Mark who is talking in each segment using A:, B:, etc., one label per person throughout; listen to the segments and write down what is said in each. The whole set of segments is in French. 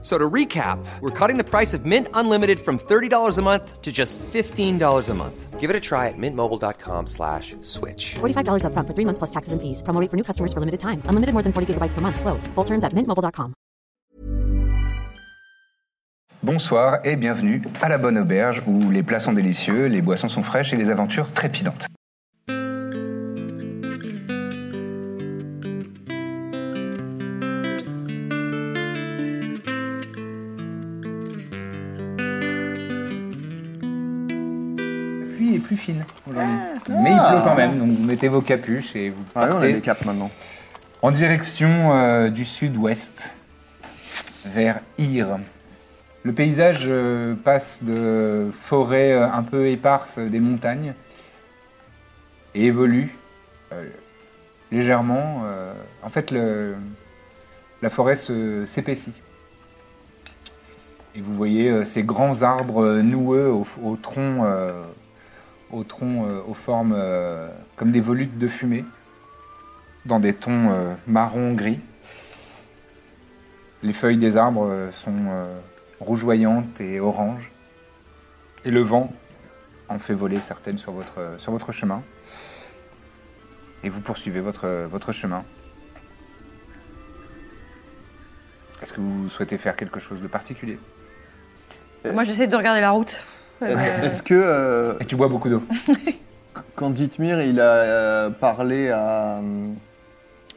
A: So to recap, we're cutting the price of Mint Unlimited from $30 a month to just $15 a month. Give it a try at mintmobile.com slash switch.
B: $45 upfront for three months plus taxes and fees. Promo rate for new customers for limited time. Unlimited more than 40 gigabytes per month. Slows. Full terms at mintmobile.com.
C: Bonsoir et bienvenue à la bonne auberge où les plats sont délicieux, les boissons sont fraîches et les aventures trépidantes. La pluie est plus fine aujourd'hui. Mais il pleut quand même, donc vous mettez vos capuches et vous
D: Ah oui, on a
C: partez
D: des capes maintenant.
C: en direction euh, du sud-ouest, vers Ir. Le paysage euh, passe de forêts euh, un peu éparses euh, des montagnes et évolue euh, légèrement. euh, en fait, le- la forêt se- s'épaissit. Et vous voyez euh, ces grands arbres euh, noueux au, au tronc, euh, au tronc euh, aux formes euh, comme des volutes de fumée dans des tons euh, marron-gris. Les feuilles des arbres euh, sont euh, rougeoyantes et oranges. Et le vent en fait voler certaines sur votre, euh, sur votre chemin. Et vous poursuivez votre, euh, votre chemin. Est-ce que vous souhaitez faire quelque chose de particulier
E: Moi, j'essaie de regarder la route. Euh,
D: Est-ce que euh,
C: Et tu bois beaucoup d'eau.
D: quand Dithmir il a euh, parlé à euh,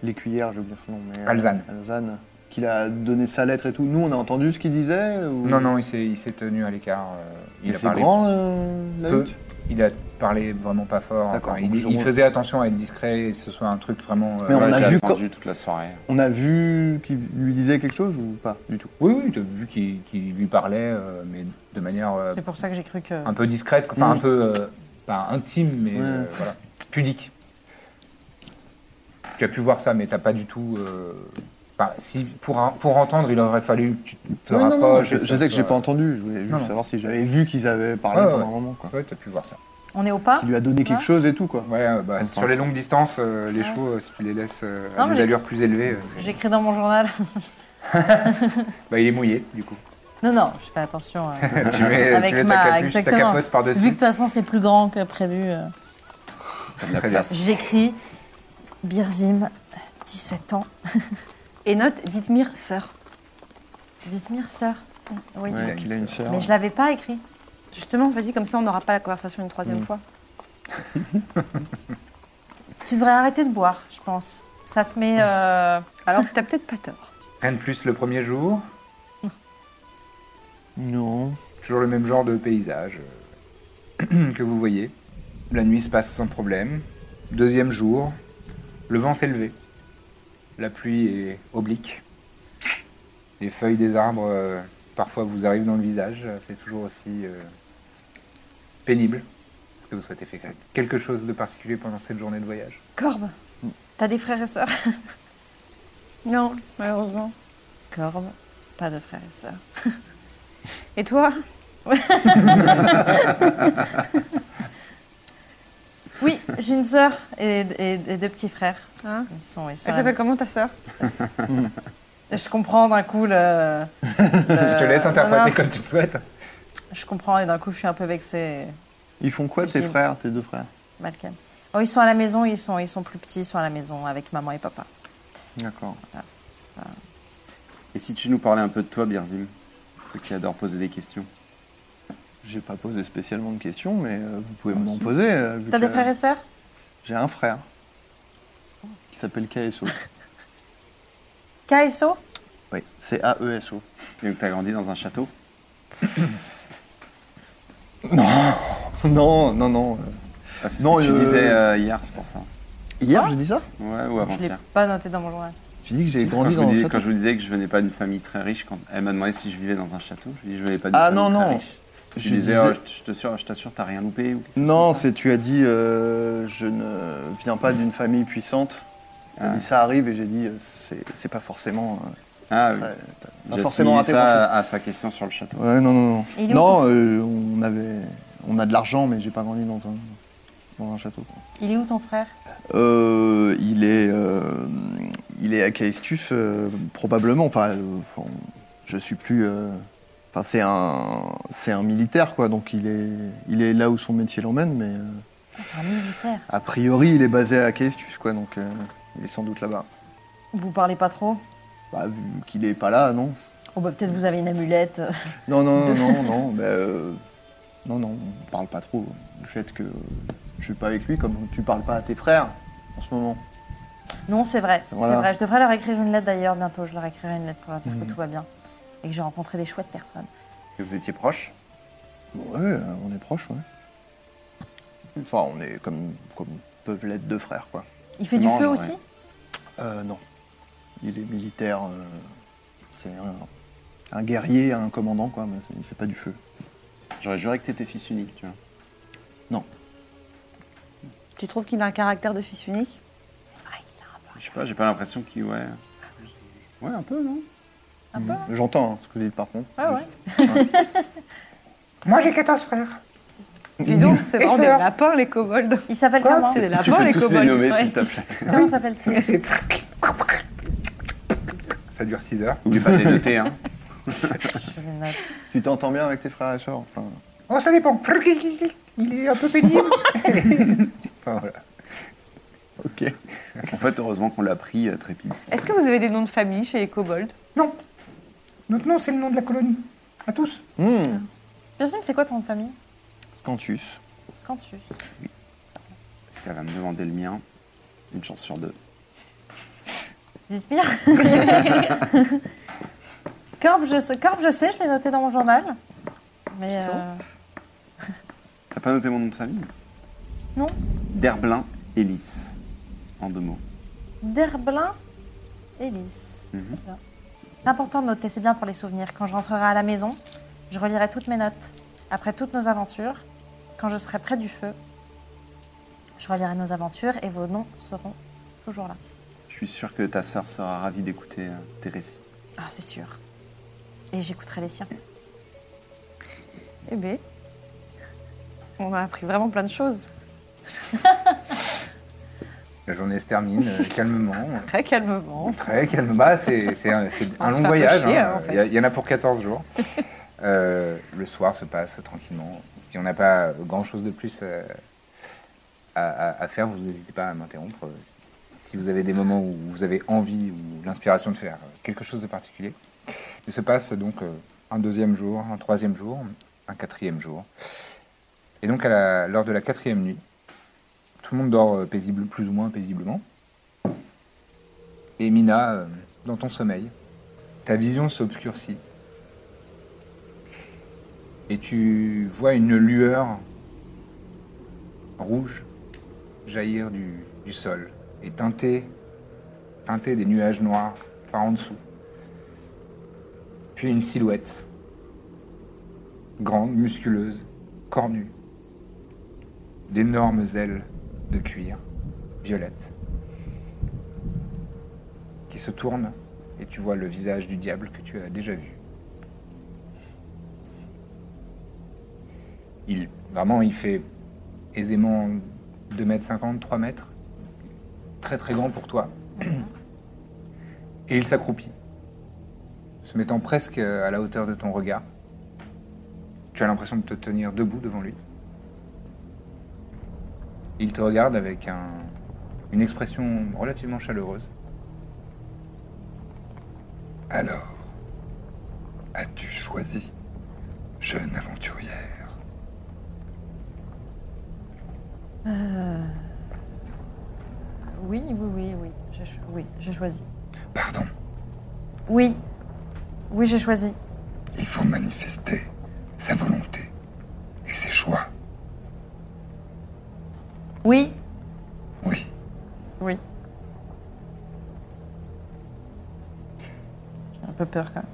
D: l'écuyère, j'ai oublié son nom, mais euh,
C: Alzane.
D: Alzane, qu'il a donné sa lettre et tout, nous on a entendu ce qu'il disait ou-
C: Non, non, il s'est il s'est tenu à l'écart. euh,
D: Mais C'est grand euh, la
C: peu.
D: hutte
C: Il a parlé vraiment pas fort.
D: D'accord,
C: Enfin, il,
D: donc je
C: il
D: re-
C: faisait attention à être discret et que ce soit un truc vraiment. euh,
D: Mais on
F: Ouais,
D: a
F: j'ai
D: vu
F: attendu toute la soirée.
D: On a vu qu'il lui disait quelque chose ou pas du tout
C: Oui, oui, t'as vu qu'il qu'il lui parlait, euh, mais de manière euh,
E: C'est pour ça que j'ai cru que.
C: un peu discrète, enfin
D: Oui.
C: un peu, euh, pas intime, mais euh,
D: Ouais.
C: voilà, pudique. Tu as pu voir ça, mais t'as pas du tout. euh, enfin, si, pour, un- pour entendre, il aurait fallu que tu te
D: Non, non,
C: rapproches.
D: non, je,
C: et
D: je
C: ça
D: sais que j'ai
C: soit-
D: pas entendu, je voulais juste
C: Non, non.
D: savoir si j'avais vu qu'ils avaient parlé
C: Ouais, ouais,
D: pendant
C: ouais.
D: un moment quoi.
C: Ouais, t'as pu voir ça.
E: On est au pas
D: Qu'il lui a donné quelque
E: Ouais.
D: chose et tout quoi.
C: Ouais, euh, bah, sur les longues distances, euh, les chevaux, euh, si tu les laisses euh, à
E: Ah. Non,
C: des
E: mais-
C: allures plus élevées, euh, c'est-
E: J'écris dans mon journal.
C: bah, il est mouillé, du coup.
E: Non, non, je fais attention. euh,
C: tu mets,
E: Avec
C: tu mets
E: ma-
C: ta capuche, ta
E: exactement.
C: capote
E: Vu que de
C: par-dessus.
E: toute façon, c'est plus grand que prévu. euh,
F: T'as de la
C: Très
F: place.
E: J'écris Birzim, 17 ans. Et note Dithmir, sœur. Dithmir, sœur. Oui.
D: Ouais, qu'il a une sœur.
E: Mais je l'avais pas écrit.
G: Justement, vas-y, comme ça on n'aura pas la conversation une troisième
C: Mm.
G: fois.
E: Tu devrais arrêter de boire, je pense. Ça te met. euh,
G: Alors que t'as peut-être pas tort.
C: Rien de plus le premier jour.
D: Non.
C: Toujours le même genre de paysage euh, que vous voyez. La nuit se passe sans problème. Deuxième jour, le vent s'est levé. La pluie est oblique. Les feuilles des arbres euh, parfois vous arrivent dans le visage. C'est toujours aussi euh, pénible. Est-ce que vous souhaitez faire quelque chose de particulier pendant cette journée de voyage
E: Corbe, t'as des frères et sœurs
G: Non, malheureusement.
E: Corbe, pas de frères et sœurs.
G: Et toi
E: Oui, j'ai une sœur et, et- et deux petits frères.
G: hein
E: Ils sont, ils sont
G: Elle
E: là-
G: s'appelle comment ta sœur
E: Je comprends d'un coup le.
C: Je
E: Euh,
C: te laisse interpréter
E: interpréter.
C: comme tu le souhaites.
E: Je comprends et d'un coup je suis un peu vexée.
D: Ils font quoi tes
E: J'ai-
D: frères, tes deux frères
E: Malcolm. Oh, ils sont à la maison, ils sont, ils sont plus petits, ils sont à la maison avec maman et papa.
D: D'accord.
F: Et si tu nous parlais un peu de toi, Birzim Toi qui adore poser des questions.
D: J'ai pas posé spécialement de questions, mais euh, vous pouvez
F: Ah,
D: m'en
F: si.
D: poser. euh, vu
E: T'as des
D: que
E: frères et sœurs
D: J'ai un frère qui s'appelle KSO.
E: KSO
D: oui, c'est E A-E-S-O.
F: Et donc t'as grandi dans un château
D: Non, non, non. euh,
F: Ah, c'est ce
D: Non,
F: que tu
D: euh,
F: disais euh, hier, c'est pour ça.
D: Hier, j'ai dit ça
F: Ouais, ou
E: Je l'ai
F: avant-hier.
E: pas noté dans mon journal.
D: J'ai dit que
F: Si,
D: j'ai
F: quand
D: grandi
F: je vous
D: dans un
F: disais-
D: château.
F: Quand je vous disais que je venais pas d'une famille très riche, quand elle m'a demandé si je vivais dans un château, je lui ai dit je venais pas d'une
D: Ah,
F: famille
D: non,
F: très
D: non.
F: riche. Je,
D: Je
F: lui disais,
D: disais-
F: oh, je t'assure, je t'assure, t'as rien loupé. ou-
D: Non, c'est tu as dit euh, je ne viens pas d'une famille puissante. T'as
F: Ah.
D: dit ça arrive et j'ai dit euh, c'est c'est pas forcément euh,
F: Ah oui.
D: Après, t'as
F: J'ai
D: pas forcément
F: assimilé
D: raté
F: ça à, à sa question sur le
D: grand-chose.
F: château.
D: Ouais, non, non, non.
E: Il est où,
D: Non, euh, on avait, on a de l'argent, mais j'ai pas grandi dans un, dans un château. quoi.
E: Il est où ton frère
D: Euh, il est, euh, il est à Caestus euh, probablement. Enfin, euh, enfin, je suis plus. euh, Enfin, c'est un, c'est un militaire quoi. Donc il est, il est là où son métier l'emmène, mais euh,
E: Ah, C'est un militaire.
D: a priori il est basé à Caestus quoi. Donc euh, il est sans doute là-bas.
E: Vous parlez pas trop
D: Bah, vu qu'il est pas là, non.
E: Oh, bah, peut-être vous avez une amulette.
D: Non, non, non, non, non, bah, euh, non, non, on parle pas trop du fait que je suis pas avec lui, comme tu parles pas à tes frères en ce moment.
E: Non, c'est vrai.
D: Voilà.
E: C'est vrai. Je devrais leur écrire une lettre d'ailleurs bientôt. Je leur écrirai une lettre pour leur dire que tout va bien et que j'ai rencontré des chouettes personnes.
F: Et vous étiez proche
D: Ouais, euh, on est proches, ouais. Enfin, on est comme, comme peuvent l'être deux frères, quoi.
E: Il fait du
F: Non,
E: feu
F: non,
E: aussi
F: ouais.
D: Euh, non. Il est militaire, euh, c'est un, un guerrier, un commandant, quoi, mais c'est- il fait pas du feu.
F: J'aurais juré que t'étais fils unique, tu vois.
D: Non.
G: Tu trouves qu'il a un caractère de fils unique
E: C'est vrai qu'il a un peu.
F: Je sais pas, j'ai pas l'impression qu'il. Ouais. Ouais, un peu, non
D: J'entends hein, ce que vous dites, par contre.
E: Ah ouais.
H: Moi j'ai 14 frères.
G: Dis donc, c'est
H: Et
G: vraiment des
H: sœur.
G: lapins les kobolds.
E: Il s'appelle
H: Quoi
E: comment
G: C'est des
F: Tu
G: lapins
F: peux
G: les
F: tous les
G: kobolds.
F: nommer,
G: Ouais.
F: s'il te plaît.
E: Comment s'appelle-t-il
H: C'est-
C: Ça dure 6 heures.
F: Oublie pas de les noter, hein.
E: Je les note.
D: Tu t'entends bien avec tes frères et sœurs enfin,
H: Oh, ça dépend. Il est un peu pénible.
C: Enfin, voilà.
D: Ok.
F: En fait, heureusement qu'on l'a pris euh, trépide.
G: Est-ce que vous avez des noms de famille chez les kobolds
H: Non. Notre nom, c'est le nom de la colonie. À tous.
D: Hmm,
E: Persim, c'est quoi ton nom de famille
D: Scantus.
E: Scantus.
F: Est-ce qu'elle va me demander le mien Une chance sur deux.
E: Dites pire. Corbe, je sais, Corbe, je sais, je l'ai noté dans mon journal. Mais
G: Dis donc.
E: euh,
F: T'as pas noté mon nom de famille
E: Non.
F: Derblin Ellis. En deux mots.
E: Derblin, Élise. Bien. C'est important de noter, c'est bien pour les souvenirs. Quand je rentrerai à la maison, je relirai toutes mes notes. Après toutes nos aventures, quand je serai près du feu, je relirai nos aventures et vos noms seront toujours là.
F: Je suis sûr que ta sœur sera ravie d'écouter euh, tes récits.
E: Ah, c'est sûr. Et j'écouterai les siens.
G: Eh bien, on a appris vraiment plein de choses.
C: La journée se termine euh, calmement. euh,
G: Très calmement.
C: Très calme. Bah, c'est c'est un, c'est
G: On
C: un
G: se fait
C: long
G: un peu
C: voyage.
G: chier,
C: hein.
G: hein, en fait.
C: Il y a- il y, en a pour 14 jours. Euh, le soir se passe tranquillement. Si on n'a pas grand-chose de plus euh, à, à- à faire, vous n'hésitez pas à m'interrompre. euh, si- Si vous avez des moments où vous avez envie ou l'inspiration de faire euh, quelque chose de particulier. Il se passe donc euh, un deuxième jour, un troisième jour, un quatrième jour. Et donc, à la- lors de la quatrième nuit, tout le monde dort euh, paisible, plus ou moins paisiblement. Et Mina, euh, dans ton sommeil, ta vision s'obscurcit. Et tu vois une lueur rouge jaillir du, du sol et teinter, teinter des nuages noirs par en dessous. Puis une silhouette, grande, musculeuse, cornue, d'énormes ailes de cuir, violettes qui se tourne et tu vois le visage du diable que tu as déjà vu. Il, vraiment, il fait aisément 2 mètres 50, 3 mètres. Très très grand pour toi. Et il s'accroupit, se mettant presque à la hauteur de ton regard. Tu as l'impression de te tenir debout devant lui. Il te regarde avec un- une expression relativement chaleureuse. Alors, as-tu choisi, jeune aventurière
E: Oui, oui, oui, oui. J'ai cho- oui, j'ai choisi.
H: Pardon.
E: Oui. Oui, j'ai choisi.
H: Il faut manifester sa volonté et ses choix.
E: Oui.
H: Oui.
E: Oui. J'ai un peu peur quand même.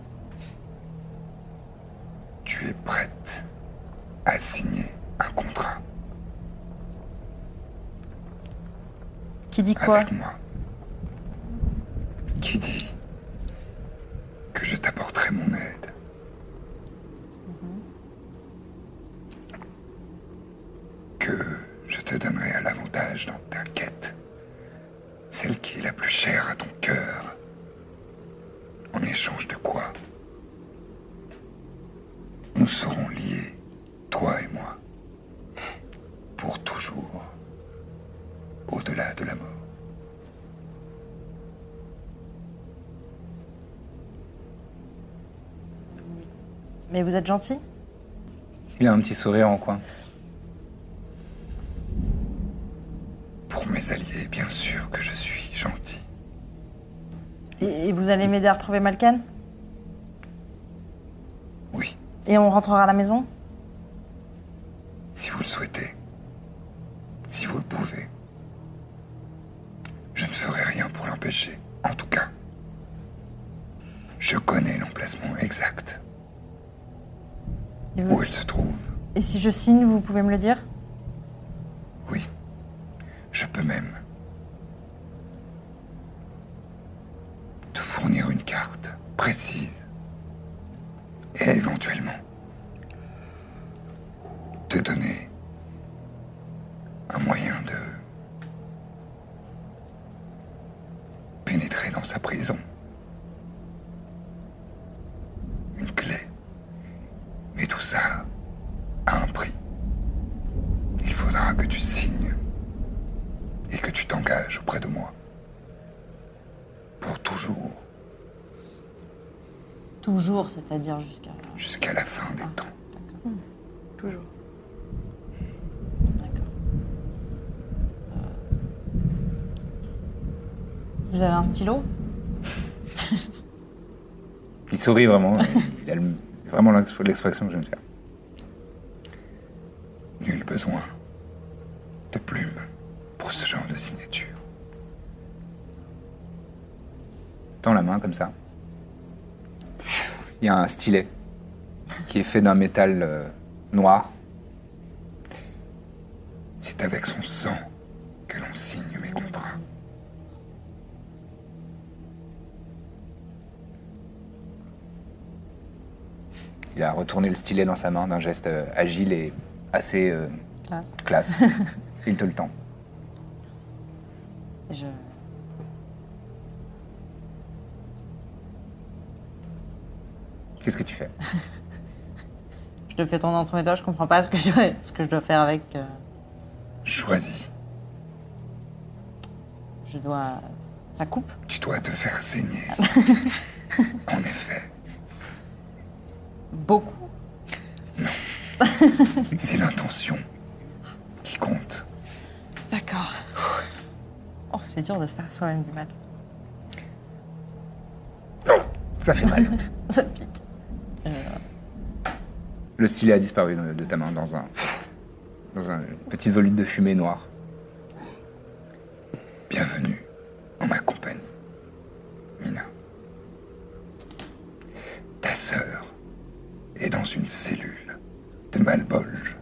H: Tu es prête à signer un contrat
E: Qui dit quoi
H: avec moi qui dit
C: prêt mon aide. Que je te donnerai à l'avantage dans ta quête, celle qui est la plus chère à ton cœur. En échange de quoi Nous serons liés, toi et moi, pour toujours, au-delà de la mort.
I: Mais vous êtes gentil
J: Il a un petit sourire en coin.
C: Pour mes alliés, bien sûr que je suis gentil.
I: et, et vous allez m'aider à retrouver Malken
C: Oui,
I: Et on rentrera à la maison
C: si vous le souhaitez. Si vous le pouvez. Je ne ferai rien pour l'empêcher, en tout cas. Je connais l'emplacement exact,
I: et, vous-
C: où elle se trouve.
I: et si je signe, vous pouvez me le dire
C: Oui, je peux même te fournir une carte précise et éventuellement te donner un moyen de pénétrer dans sa prison. Une clé. Mais tout ça a un prix. Il faudra que tu signes et que tu t'engages auprès de moi. Pour toujours,
E: Toujours, c'est-à-dire jusqu'à.
C: jusqu'à la fin des temps.
E: Toujours.
I: Vous avez un stylo
J: Il sourit vraiment. il a le- vraiment l'ex- l'expression que je viens de faire.
C: Nul besoin de plumes pour ce genre de signature.
J: Tends la main comme ça. Il y a un stylet qui est fait d'un métal euh, noir.
C: C'est avec son sang que l'on signe mes contrats.
J: Il a retourné le stylet dans sa main d'un geste euh, agile et assez euh,
E: Classe.
J: classe. il te le tend.
E: Et Je...
J: Qu'est-ce que tu fais
E: je te fais ton toi, je comprends pas ce que je, ce que je dois faire avec. euh,
C: Choisis,
E: Je dois. Ça coupe
C: tu dois te faire saigner. en effet,
E: beaucoup.
C: c'est l'intention qui compte.
E: D'accord. Oh, c'est dur de se faire soi-même du mal.
C: Oh.
J: Ça fait mal.
E: Ça pique. Euh.
J: Le stylet a disparu de, de ta main dans un. dans un- une petite volute de fumée noire.
C: Bienvenue en ma compagnie, Mina. Ta sœur est dans une cellule de Malbolge.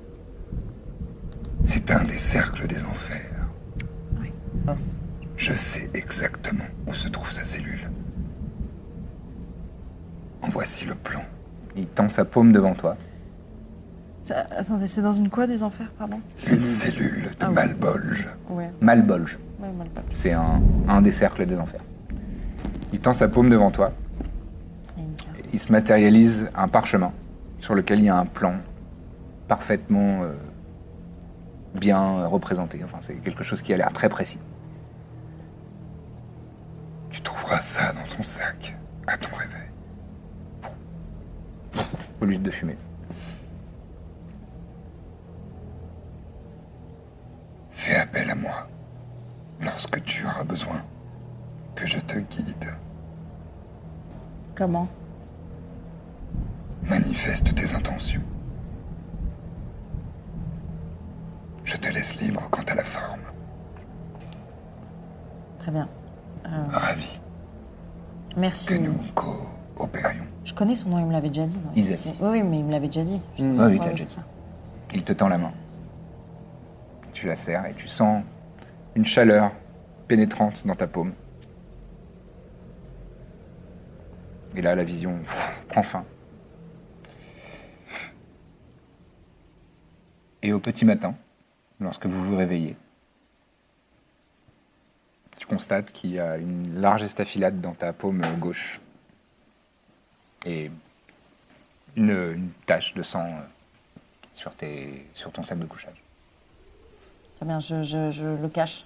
C: C'est un des cercles des enfers. Je sais exactement où se trouve sa cellule. En voici le plan.
J: Il tend sa paume devant toi.
E: Ça- attendez, c'est dans une quoi des enfers, pardon
C: Une cellule de Malbolge.
E: Ouais,
J: Malbolge.
E: ouais, mal pas.
J: C'est un, un des cercles des enfers. Il tend sa paume devant toi.
E: Il y a une carte.
J: Il se matérialise un parchemin sur lequel il y a un plan parfaitement euh, bien euh, représenté. Enfin, c'est quelque chose qui a l'air très précis.
C: Tu trouveras ça dans ton sac à ton réveil.
J: Volute de fumée.
C: Fais appel à moi lorsque tu auras besoin que je te guide.
E: Comment
C: Manifeste tes intentions. Je te laisse libre quant à la forme.
E: Très bien.
C: Ravi
E: Merci.
C: que nous coopérions.
E: Je connais son nom, il me l'avait déjà dit. non,
J: Isaac.
E: effectivement. Oui, oui, mais il me l'avait déjà dit. Je sais
J: Ah oui,
E: pas,
J: il l'a
E: oui,
J: dit.
E: c'est ça.
J: Il te tend la main. Tu la serres et tu sens une chaleur pénétrante dans ta paume. Et là, la vision pff,
C: prend fin. Et au petit matin, lorsque vous vous réveillez, tu constates qu'il y a une large estafilade dans ta paume gauche et une, une tache de sang euh, sur, tes, sur ton sac de couchage.
G: Très bien, je, je- je le cache.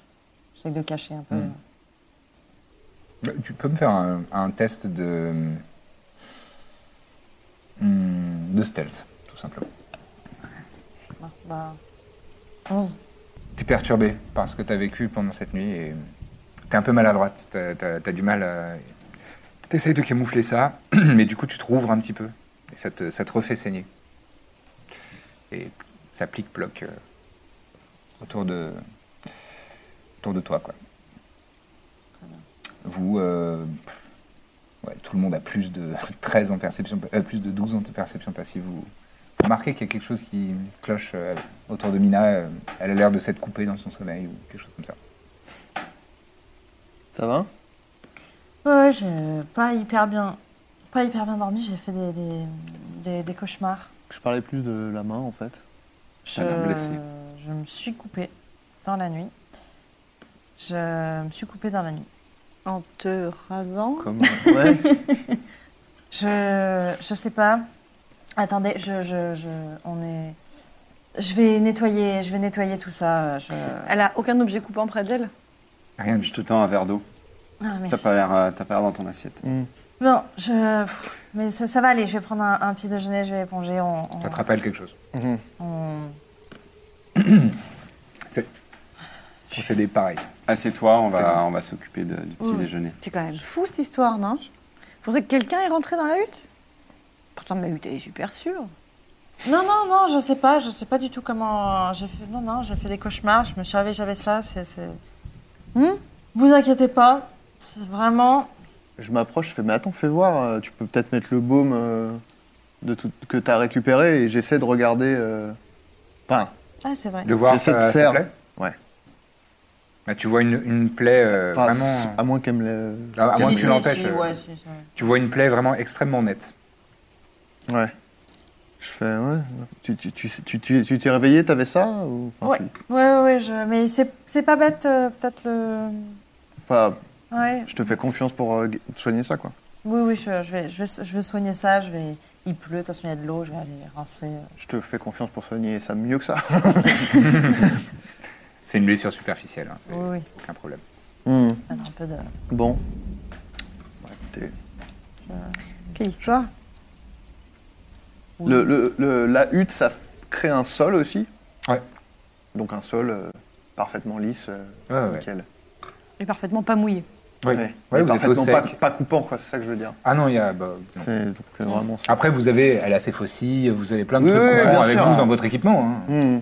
G: J'essaie de cacher un peu.
F: Hmm.
C: Bah, Tu peux me faire un, un test de. Hmm, de stealth, tout simplement.
G: Ah, bah, 11.
C: T'es perturbé par ce que t'as vécu pendant cette nuit et t'es un peu maladroite, t'as as, du mal à... T'essayes de camoufler ça, mais du coup tu te rouvres un petit peu et ça te, ça te refait saigner. Et ça plique-ploque euh, autour, de, autour de toi. Quoi. Vous, euh, ouais, tout le monde a plus de 13 en perception, euh, plus de 12 en perception passive. Vous, Remarquez qu'il y a quelque chose qui cloche euh, autour de Mina. euh, Elle a l'air de s'être coupée dans son sommeil ou quelque chose comme ça.
D: Ça va
E: Ouais, j'ai pas hyper bien, pas hyper bien dormi. J'ai fait des, des, des- des cauchemars.
D: Je parlais plus de la main en fait.
F: T'as l'air blessé.
E: je me suis coupée dans la nuit. Je me suis coupée dans la nuit.
K: En te rasant.
D: Comme... Ouais.
E: Je, je sais pas. Attendez, je, je, je, on est. Je vais nettoyer, je vais nettoyer tout ça. euh, Je...
K: Elle a aucun objet coupant près d'elle.
C: Rien du
F: Je te tends un verre d'eau.
E: Ah, mais
F: T'as pas l'air euh, t'as pas l'air dans ton assiette.
C: Mm.
E: Non, je. pff, Mais ça, ça va aller. Je vais prendre un, un petit déjeuner, je vais éponger. On, on-
C: Ça te rappelle quelque chose.
D: Mhm.
E: on-
C: C'est procédé pareil.
F: Assieds-toi, on va, on va s'occuper de- du petit
K: Ouh.
F: déjeuner.
K: C'est quand même fou cette histoire, non Vous pensez que quelqu'un est rentré dans la hutte Pourtant, ma hutte, elle est super sûre.
E: Non, non, non, je sais pas. Je sais pas du tout comment. J'ai fait. Non, non, j'ai fait des cauchemars. Je me suis réveillée, j'avais ça. C'est. c'est- Hmm Vous inquiétez pas. C'est vraiment.
D: Je m'approche, je fais mais attends, fais voir, euh, tu peux peut-être mettre le baume euh, de tout, que t'as récupéré et j'essaie de regarder. euh, Enfin,
E: Ah, c'est vrai.
C: De voir
D: J'essaie de
C: ça, Euh, ça
D: faire.
C: plaît
D: Ouais.
C: Bah, tu vois une, une plaie euh,
D: enfin,
C: vraiment.
D: à moins qu'elle me le.
C: À, à moins
G: Si,
C: que
G: si,
C: tu l'empêches.
G: si,
C: euh,
G: ouais, si, si.
C: Tu vois une plaie vraiment extrêmement nette. Ah.
D: Ouais. Je fais ouais. Tu tu- tu- tu- tu- tu t'es réveillé, t'avais ça ou... enfin,
E: Ouais,
D: tu-
E: ouais, ouais, ouais, je... mais c'est c'est pas bête, euh, peut-être le.
D: enfin,
E: Ouais,
D: je te fais confiance pour euh, gu- soigner ça quoi.
E: oui, oui, je, je vais, je, vais, je vais soigner ça, je vais. Il pleut, de toute façon, il y a de l'eau, je vais aller rincer. euh.
D: Je te fais confiance pour soigner ça mieux que ça.
C: C'est une blessure superficielle, hein, c'est
E: Oui, oui,
C: aucun problème.
D: Hmm.
E: ça donne un peu de.
D: Bon. Bah, écoutez,
K: Quelle histoire
D: le- le- le- la hutte, ça crée un sol aussi.
C: Ouais.
D: Donc un sol euh, parfaitement lisse, euh,
C: Ouais, ouais.
D: nickel.
K: Et parfaitement pas mouillée.
C: Oui,
D: Ouais.
C: Ouais, vous
D: Mais
C: êtes au
D: parfaitement
C: sec.
D: pas, pas coupant quoi, c'est ça que je veux dire.
C: Ah non, il y a. bah, non.
D: C'est donc euh, vraiment ça.
C: Après, vous avez. Elle a ses faucilles, vous avez plein de
D: Oui,
C: trucs
D: oui,
C: qu'on
D: bien
C: prend avec
D: sûr.
C: vous dans votre équipement. hein.
D: Hmm.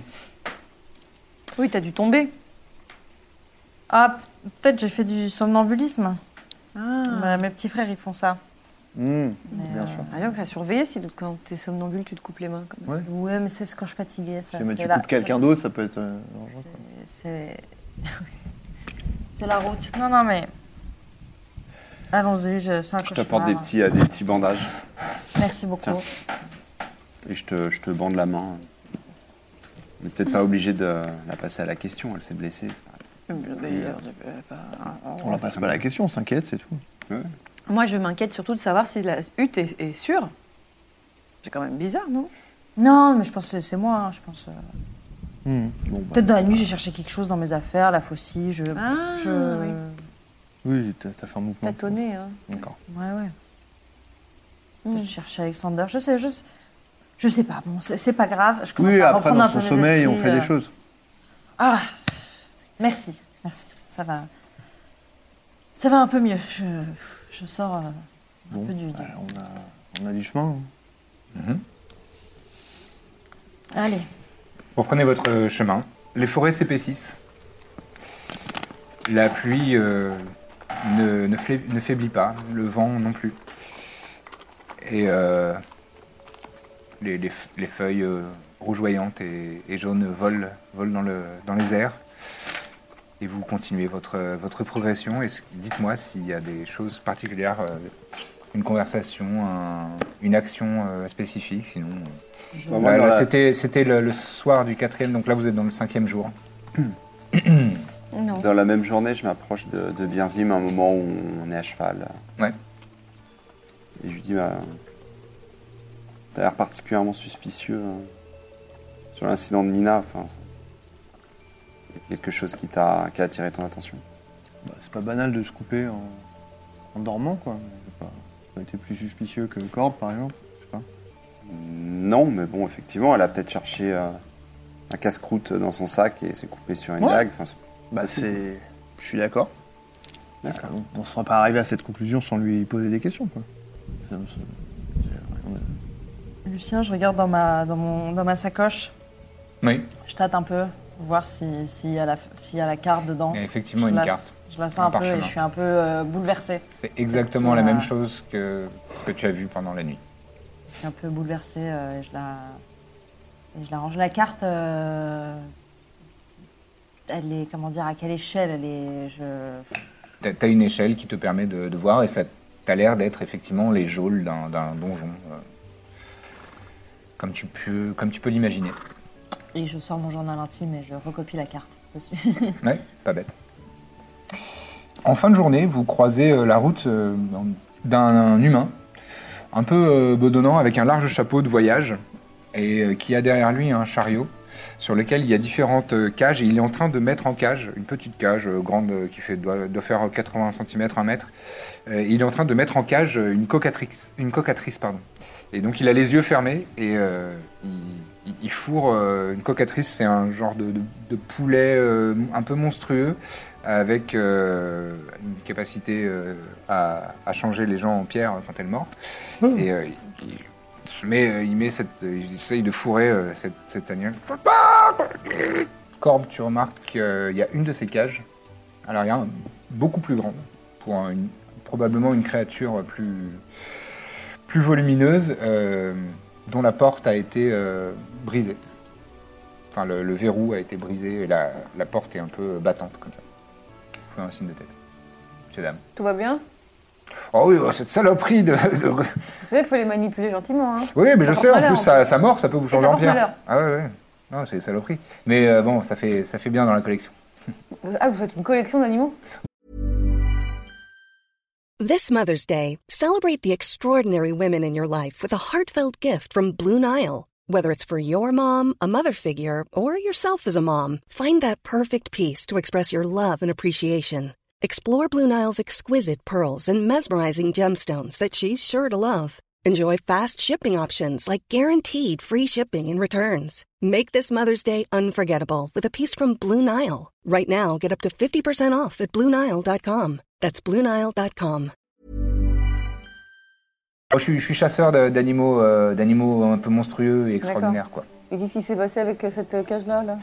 K: Oui, t'as dû tomber.
E: Ah, p- peut-être j'ai fait du somnambulisme. Bah, mes petits frères, ils font ça.
D: Hmm.
E: Mais,
D: Bien
E: euh,
D: sûr.
K: Ah donc, ça surveillé si quand t'es somnambule, tu te coupes les mains. Quand même.
E: Ouais, mais c'est ce quand je suis fatiguée, ça.
D: Si jamais
E: c'est
D: tu
E: la-
D: coupes quelqu'un
E: ça,
D: d'autre, ça peut être euh, dangereux. quoi.
E: c'est- C'est. c'est la route. Non, non, mais. Allons-y, je... c'est un
F: Je t'apporte
E: cauchemar.
F: des petits, euh, des petits bandages
E: Merci beaucoup.
F: Tiens. et je te, je te bande la main. On n'est peut-être pas obligé de la passer à la question, elle s'est blessée. c'est pas grave.
L: euh, bah,
D: On la passe pas la question, on s'inquiète, c'est tout.
K: Moi, je m'inquiète surtout de savoir si la hutte est, est sûre. C'est quand même bizarre, non
E: Non, mais je pense que c'est moi, hein, je pense. euh,
D: Hmm. Bon, bah,
E: Peut-être dans la nuit, j'ai cherché quelque chose dans mes affaires, la faucille, je.
K: Ah,
E: je...
K: oui.
D: oui, t'as t'as fait un
C: Mmh.
D: mouvement.
K: Tâtonner, hein.
D: D'accord.
E: Ouais, ouais.
K: Hmm.
E: Peut-être Je cherchais Alexander, je sais, je sais. Je sais pas, bon, c'est c'est pas grave. Je commence
D: Oui,
E: à
D: après,
E: reprendre
D: dans
E: un peu
D: son
E: mes
D: sommeil, on
E: esprits,
D: fait
E: euh.
D: des choses.
E: Ah Merci, merci, ça va. Ça va un peu mieux. Je, je sors euh, un
D: Bon,
E: peu du. du-
D: bah, on, a, on a du chemin. hein.
E: Allez,
C: Vous reprenez votre euh, chemin. Les forêts s'épaississent. La pluie euh, ne, ne fla- ne faiblit pas, le vent non plus. Et euh, les, les f- les feuilles euh, rougeoyantes et, et jaunes volent, volent dans, le- dans les airs. Et vous continuez votre, euh, votre progression. Et ce- dites-moi s'il y a des choses particulières, euh, une conversation, un, une action euh, spécifique, sinon. euh,
F: Bah, moi,
C: Là,
F: dans
C: là,
F: la-
C: C'était, c'était le, le soir du quatrième, donc là vous êtes dans le cinquième jour.
K: Non.
C: Mmh.
F: Dans la même journée, je m'approche de, de Bienzim à un moment où on est à cheval.
C: Ouais.
F: Et je lui dis, bah, t'as l'air particulièrement suspicieux euh, sur l'incident de Mina. Enfin, il y a quelque chose qui t'a qui a attiré ton attention.
D: Bah, c'est pas banal de se couper en, en dormant, quoi. Je sais pas. Ça a été plus suspicieux que Corbe, par exemple. Je sais pas.
F: Non, mais bon, effectivement, elle a peut-être cherché euh, un casse-croûte dans son sac et s'est coupée sur une
D: Ouais.
F: dague. Enfin, c'est-
D: Bah, c'est. Je suis d'accord.
F: D'accord.
D: Euh, On ne sera pas arrivé à cette conclusion sans lui poser des questions, quoi. Ça me- ça- j'ai-
E: Lucien, je regarde dans ma, dans mon, dans ma sacoche.
C: Oui.
E: Je tâte un peu, voir si- s'il y, a la- s'il y a la carte dedans.
C: Il y a effectivement
E: je
C: une
E: la,
C: carte.
E: Je la sens
C: Un
E: un, peu
C: parchemin.
E: et je suis un peu euh, bouleversée.
C: C'est exactement la
E: Effectivement,
C: même
E: ouais.
C: chose que ce que tu as vu pendant la nuit.
E: Je suis un peu bouleversée euh, et je la. et je la range. La carte, euh, elle est, comment dire, à quelle échelle elle est. Je...
C: T'as, t'as une échelle qui te permet de, de voir et ça t'a l'air d'être effectivement les geôles d'un, d'un donjon. euh, comme tu peux, comme tu peux l'imaginer.
E: Et je sors mon journal intime et je recopie la carte dessus.
C: Ouais, pas bête. En fin de journée, vous croisez euh, la route euh, d'un humain, un peu euh, bedonnant, avec un large chapeau de voyage, et euh, qui a derrière lui un chariot sur lequel il y a différentes euh, cages, et il est en train de mettre en cage, une petite cage euh, grande euh, qui fait, doit, doit faire 80 cm, 1 mètre, Euh, il est en train de mettre en cage euh, une cocatrice. Une cocatrice pardon. Et donc il a les yeux fermés et euh, il, il- il fourre euh, une cocatrice, c'est un genre de, de- de poulet euh, un peu monstrueux avec euh, une capacité euh, à, à changer les gens en pierre quand elle mord. Et euh, il, il se met, euh, il met cette, il essaye de fourrer euh, cette, cette agnelle. Corbe, tu remarques qu'il y a une de ces cages à l'arrière, beaucoup plus grande, pour un- une- probablement une créature plus, plus volumineuse, euh, dont la porte a été euh, brisée. Enfin, le, le verrou a été brisé et la, la porte est un peu euh, battante, comme ça. Je fais un signe de tête. Monsieur, dame.
L: Tout va bien
C: Oh oui, oh, cette saloperie de... de-
L: Vous savez, il faut les manipuler gentiment. Hein.
C: Oui, mais je
L: porte
C: sais, en
L: malheur,
C: plus,
L: en
C: ça, ça mord, ça peut vous changer
L: ça
C: en
L: porte
C: pierre.
L: malheur.
C: Ah ouais, ouais. Non, c'est des saloperies. Mais euh, bon, ça fait, ça fait bien dans la collection.
L: Vous- Ah, vous faites une collection d'animaux
M: This Mother's Day, celebrate the extraordinary women in your life with a heartfelt gift from Blue Nile. Whether it's for your mom, a mother figure, or yourself as a mom, find that perfect piece to express your love and appreciation. Explore Blue Nile's exquisite pearls and mesmerizing gemstones that she's sure to love. Enjoy fast shipping options like guaranteed free shipping and returns. Make this Mother's Day unforgettable with a piece from Blue Nile. Right now, get up to 50% off at BlueNile.com. That's BlueNile.com.
C: Moi, Oh, je, suis, je suis chasseur de- d'animaux euh, d'animaux un peu monstrueux et extraordinaires, quoi.
L: Et qu'est-ce qui s'est passé avec euh, cette euh, cage-là là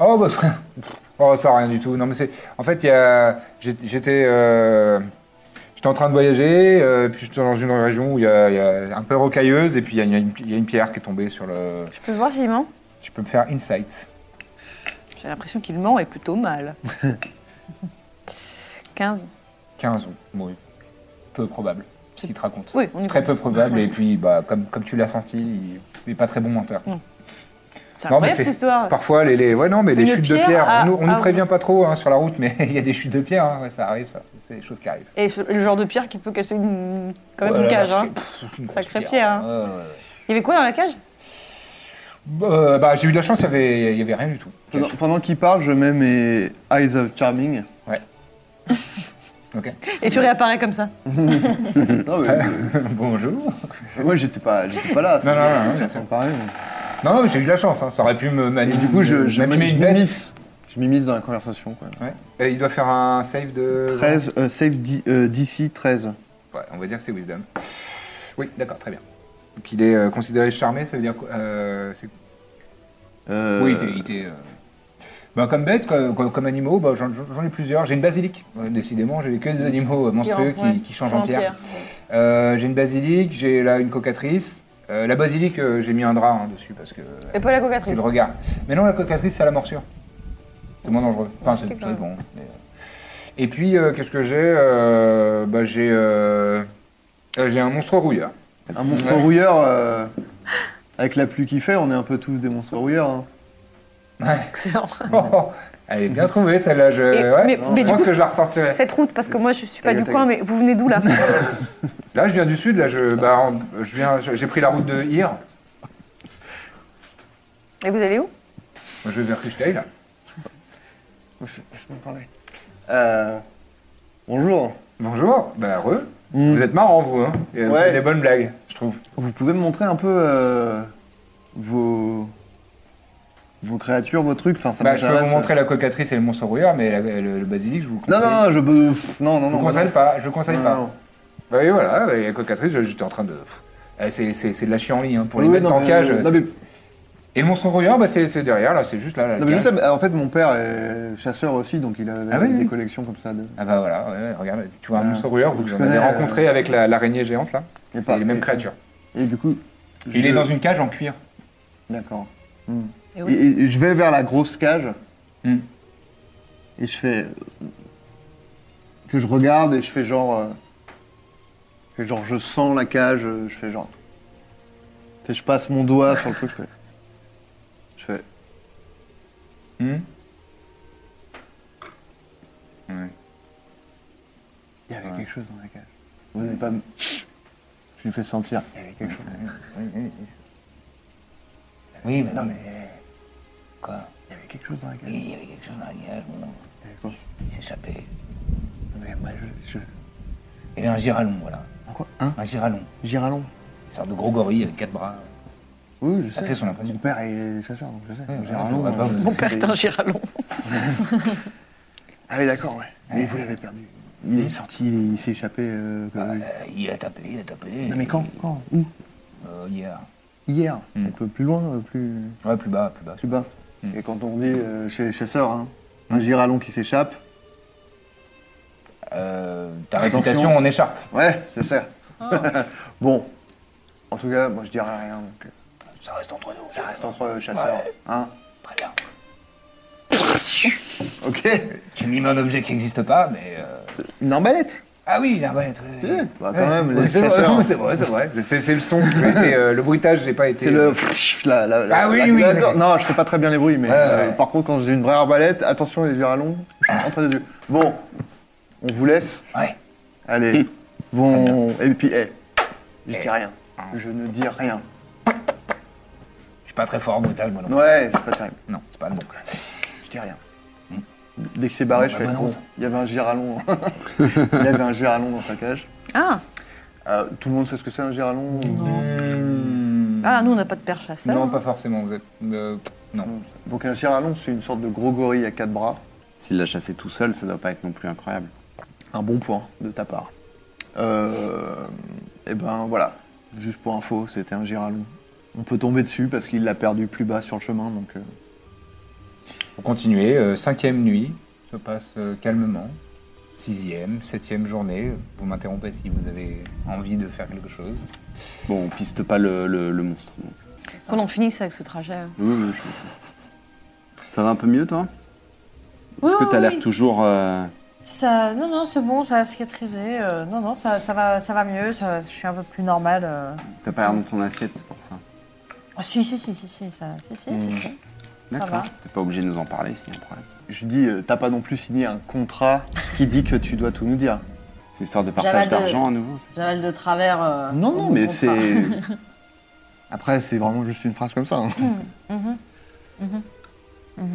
C: Oh, bah, ça- oh, ça, rien du tout. Non, mais c'est... En fait, il y a... j'ai- J'étais... euh, J'étais en train de voyager, euh, puis j'étais dans une région où il y, a- il y a un peu rocailleuse, et puis il y a une- il y, a une pierre qui est tombée sur le...
L: Je peux voir s'il ment
C: Tu peux me faire insight.
L: J'ai l'impression qu'il ment et plutôt mal. 15.
C: 15 ans, oui. Peu probable, ce qu'il te raconte.
L: Oui, on y
C: Très
L: va.
C: peu probable, et puis, bah, comme, comme tu l'as senti, il- il n'est pas très bon menteur.
L: C'est
C: Non, mais
L: incroyable
C: c'est-
L: cette histoire.
C: Parfois, les, les- ouais, non, mais les
L: Une
C: chutes de
L: pierre
C: pierre,
L: à-
C: on nous, on nous
L: à-
C: prévient pas trop hein, sur la route, mais il y a des chutes de pierre, hein, ouais, ça arrive, ça. C'est des choses qui arrivent.
L: Et ce- le genre de pierre qui peut casser une... quand même
C: Ouais,
L: une cage.
C: là,
L: hein.
C: c'était- pff, une grosse
L: Sacrée pierre, hein.
C: Ouais, ouais, ouais.
L: Il y avait quoi dans la cage
C: Euh, bah, j'ai eu de la chance, il y avait, il y avait rien du tout.
D: Pendant, pendant qu'il parle, je mets mes Eyes of Charming.
C: Ok.
L: Et tu réapparais comme ça.
D: Non, mais, euh,
C: Bonjour.
D: moi, j'étais pas, j'étais pas là.
C: Non, non, non, non, bien
D: j'entends
C: sûr.
D: parler.
C: Non, non, mais j'ai eu de la chance, hein, ça aurait pu me
D: Et
C: manier.
D: du coup, je, je,
C: m'animer
D: je
C: une bête.
D: m'immisce. Je m'immisce dans la conversation, quoi.
C: Ouais. Et il doit faire un save de.
D: 13, euh, save D- euh, DC 13.
C: Ouais, on va dire que c'est Wisdom. Oui, d'accord, très bien. Donc il est euh, considéré charmé, ça veut dire quoi euh, c'est-
D: Euh,
C: Oui, il était. il était, euh, bah, comme bête, comme, comme- comme animaux, bah, j'en j'en ai plusieurs. J'ai une basilique, Ouais, décidément, j'ai que des animaux euh, monstrueux qui,
L: ouais,
C: qui changent en pierre. Euh, j'ai une basilique, j'ai là une cocatrice. Euh, la basilique, euh, j'ai mis un drap hein, dessus parce que euh,
L: Et pas la
C: c'est
L: cocatrice.
C: le regard. Mais non, la cocatrice, c'est à la morsure. C'est moins dangereux. Enfin, c'est
L: Ok, quand
C: c'est
L: même.
C: bon. mais, euh. Et puis, euh, qu'est-ce que j'ai Euh, bah, J'ai euh, euh, j'ai un monstre rouilleur.
D: Un monstre
F: Ouais.
D: rouilleur, euh, avec la pluie qui fait, on est un peu tous des monstres rouilleurs. hein.
C: Excellent. Elle est bien trouvée celle-là. Je, ouais,
L: mais- mais
C: je
L: du
C: pense
L: coup,
C: que je la ressortirai.
L: Cette route, parce que moi je suis pas
C: Ta gueule,
L: du
C: ta
L: coin,
C: gueule.
L: mais vous venez d'où là
C: Là, je viens du sud. Là, je, bah, en- je viens, je- j'ai pris la route de Ir.
L: Et vous allez où
C: Moi, je vais vers Kuchtail, là.
D: Euh, bonjour.
C: Bonjour. Bah, heureux. Vous êtes marrant, vous. Hein Et vous
D: Ouais.
C: faites des bonnes blagues, je trouve.
D: Vous pouvez me montrer un peu euh, vos... vos créatures, vos trucs enfin, ça
C: Bah, je peux vous
D: m'intéresse.
C: montrer la cocatrice et le monstre rouilleur, mais la- le, le basilic, je vous le
D: euh, Non,
C: conseille.
D: non, non, je peux- pff, non, non,
C: Je
D: non.
C: vous conseille
D: non.
C: pas, je vous conseille
D: Non,
C: pas.
D: non.
C: Bah oui, voilà, bah, la cocatrice, je- j'étais en train de. pff, euh, C'est c'est- c'est de la chie en ligne, hein, pour les
D: Oui,
C: mettre
D: non,
C: en
D: mais- euh,
C: cage.
D: non,
C: c'est-
D: mais-
C: Et le monstre rouilleur, bah, c'est c'est derrière, là, c'est juste là. là, le
D: Non, mais je
C: cage.
D: sais, en fait, mon père est chasseur aussi, donc il a
C: Ah oui,
D: des
C: oui.
D: collections comme ça. De...
C: Ah bah voilà, ouais, ouais, regarde, tu vois un
D: Ah.
C: monstre rouilleur, vous
D: Je
C: en avez
D: connais, euh,
C: rencontré avec la- l'araignée géante, là.
D: Et
C: Et les mêmes créatures.
D: Et du coup.
C: Il
D: je-
C: est dans une cage en cuir.
D: D'accord. Hmm.
C: Et
D: Et,
C: oui.
D: et je vais vers la grosse cage.
C: Hmm.
D: Et je fais. Que je regarde et je fais genre. euh, que genre, je sens la cage, euh, je fais genre. Tu sais, je passe mon doigt sur le truc, je fais. Je fais.
C: Hmm.
D: Il y avait quelque chose dans la cage. Vous n'avez pas. m- Je lui fais sentir. Il y avait quelque chose.
C: Oui,
D: mais non, mais.
C: Quoi
D: Il y avait quelque chose dans la cage.
N: il y avait quelque chose dans la cage, bon.
D: Il,
N: il s'échappait.
D: Non, mais moi, je. je...
N: Il y avait un giralon, voilà.
D: Un quoi hein
N: Un giralon.
D: Giralon
N: Une sorte de gros gorille avec quatre bras.
D: Oui, je
N: Ça
D: sais.
N: fait son impression.
D: Mon père est chasseur, donc je sais.
N: Ouais,
D: Giralon,
N: ouais, bah,
D: euh,
N: mon père
D: c'est-
N: est un giralon.
D: Ah oui, d'accord, ouais. Mais vous l'avez perdu. Il est sorti, il, est- il s'est échappé. euh, comme-
C: Bah,
N: Il a tapé, Bah, il a tapé.
D: Non, mais quand Quand Où
N: Euh, Hier.
D: Hier. Donc euh, plus loin, euh, plus.
N: Ouais, Hmm. plus bas, plus bas.
D: Plus bas. Et quand on dit euh, chez les chasseurs, hein, un
N: Hmm.
D: giralon qui s'échappe.
N: Euh,
C: ta réputation en écharpe.
D: Ouais, c'est ça.
N: Oh.
D: bon. En tout cas, moi je dirais rien. donc, euh,
N: Ça reste entre nous.
D: ça reste entre euh, chasseurs.
N: Ouais.
D: Hein
N: Très bien.
D: Ok.
N: Tu mimes un objet qui n'existe pas, mais. euh,
D: Une arbalète
N: Ah oui, une arbalète, oui.
D: Tu sais, bah, quand
N: Ouais,
D: même,
N: c'est-
D: les
N: c'est vrai,
D: chasseurs.
N: c'est vrai, c'est vrai.
C: C'est c'est le son qui a été, euh, le bruitage, j'ai pas été.
D: C'est le. la- la- la-
C: euh, Ah oui,
D: la-
C: oui,
D: la-
C: oui.
D: Non, je fais pas très bien les bruits, mais
C: Ouais,
D: euh,
C: ouais.
D: par contre, quand j'ai une vraie arbalète, attention les giralons, entre les yeux. Bon, on vous laisse.
N: Ouais.
C: Hum.
D: Allez, vont. Et puis, eh, je dis rien. Je ne dis rien.
N: Je suis pas très fort en bruitage, moi non plus.
D: Ouais, c'est pas terrible.
N: Non, c'est pas le bon.
C: Ah.
D: Je dis rien.
C: Hum.
D: Dès que c'est barré,
N: Bon, bah,
D: je fais le
N: bonne
D: con.
N: honte.
D: Il y avait un giralon. Il y avait un giralon dans sa cage.
L: Ah
D: Euh, tout le monde sait ce que c'est un giralon
L: Ah, nous on n'a pas de père chasseur.
C: Non, pas forcément, vous êtes. euh, non.
D: Donc un giralon, c'est une sorte de gros gorille à quatre bras.
F: S'il l'a chassé tout seul, ça doit pas être non plus incroyable.
D: un bon point de ta part. Euh, et ben voilà, juste pour info, c'était un giralon. On peut tomber dessus parce qu'il l'a perdu plus bas sur le chemin, donc euh,
C: Vous continuez, euh, cinquième nuit, se passe euh, calmement. Sixième, septième journée, vous m'interrompez si vous avez envie de faire quelque chose.
F: Bon, on piste pas le, le- le monstre. non.
L: Qu'on en finisse avec ce trajet.
F: Oui, oui, je Ça va un peu mieux, toi Parce que
E: Oui,
F: t'as
E: oui,
F: l'air
E: oui.
F: toujours. euh,
E: Ça, non, non, c'est bon, ça a cicatrisé. euh, non, non, ça, ça, va, ça va mieux, ça- je suis un peu plus normale. euh.
F: T'as pas l'air dans ton assiette, c'est pour ça.
E: Ah, si, si, si, si, si, ça, si, si, si,
F: Mm.
C: Mmh.
E: si. Ça va.
F: D'accord. T'es pas obligé de nous en parler s'il y a un problème.
D: je dis, euh, t'as pas non plus signé un contrat qui dit que tu dois tout nous dire.
F: C'est histoire de
G: J'avale
F: partage
G: de-
F: d'argent à nouveau. c'est-
G: J'avale de travers. euh,
D: Non, non,
G: mon
D: mais
G: contrat.
D: c'est. Après, c'est vraiment juste une phrase comme ça. hein.
E: Mhm. Mhm. Mhm.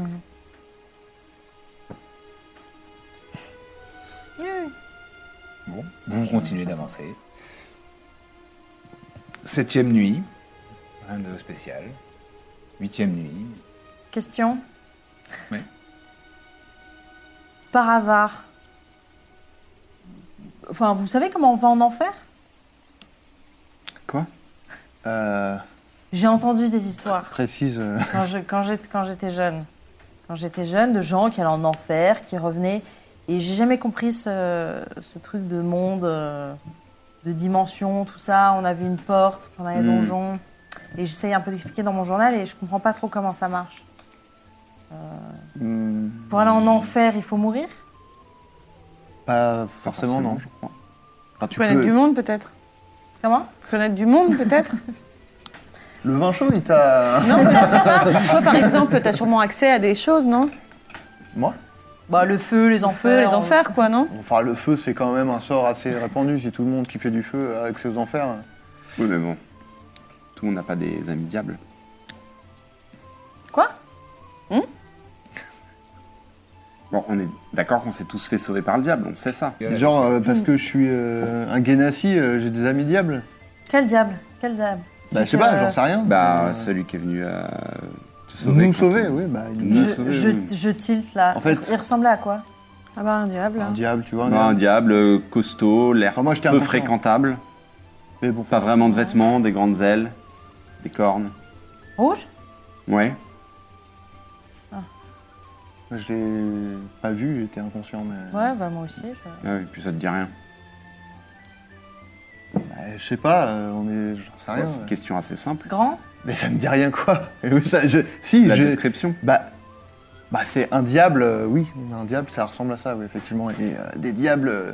C: Bon, vous continuez d'avancer. Septième nuit, rien de spécial. Huitième nuit.
E: Question
C: Oui.
E: Par hasard. Enfin, vous savez comment on va en enfer
F: Quoi
D: Euh,
E: J'ai entendu des histoires.
D: Précise. euh,
E: quand je- quand j'étais quand j'étais jeune. Quand j'étais jeune, de gens qui allaient en enfer, qui revenaient. Et j'ai jamais compris ce, ce truc de monde, euh, de dimension, tout ça. On avait une porte, on avait un
F: Hmm.
E: donjon. Et j'essaye un peu d'expliquer dans mon journal et je comprends pas trop comment ça marche. Euh,
D: hmm,
E: pour aller en enfer, il faut mourir
D: pas forcément, non.
F: je crois.
D: Enfin, tu
K: Planète
D: peux-
K: du monde peut-être
E: Comment
K: Connaître du monde, peut-être
D: Le vin chaud, il t'a.
K: Non, mais je sais pas. Toi, par exemple, t'as sûrement accès à des choses, non
D: Moi
G: Bah, le feu, les
K: enfers. les enfers, quoi, non
D: Enfin, le feu, c'est quand même un sort assez répandu. Si tout le monde qui fait du feu a accès aux enfers. hein.
F: Oui, mais bon. Tout le monde n'a pas des amis diables.
E: Quoi Hmm
F: Bon, on est d'accord qu'on s'est tous fait sauver par le diable, on sait ça.
D: Genre, euh, parce que je suis euh, un guénassi, euh, j'ai des amis diables.
E: Quel diable Quel diable euh,
D: Bah, je sais pas, j'en sais rien.
F: Bah, celui qui est venu euh, te sauver.
D: Nous
F: quand
D: sauver,
F: on-
D: oui, bah, il
F: nous
D: nous a
E: Je,
F: sauver, oui.
E: je, je tilte là.
F: En fait-
E: Il ressemblait à quoi
K: Ah bah, un diable.
D: Un diable, tu vois.
F: Bah, un diable euh, costaud, l'air peu
D: inconscient.
F: fréquentable.
D: Mais bon.
F: Pas vraiment de vêtements, des grandes ailes, des cornes.
E: Rouge
F: Ouais.
D: Je l'ai pas vu, j'étais inconscient, mais.
E: Ouais, bah moi aussi. je-
F: Ah oui, puis ça te dit rien.
D: Bah, je sais pas, euh, on est. J'en sais rien.
F: Ouais, c'est une question assez simple.
E: Grand
D: Mais ça me dit rien quoi Ça, je- Si,
F: La
D: je-
F: description
D: Bah, bah c'est un diable, euh, oui, on a un diable, ça ressemble à ça, oui, effectivement. Et euh, des diables, euh,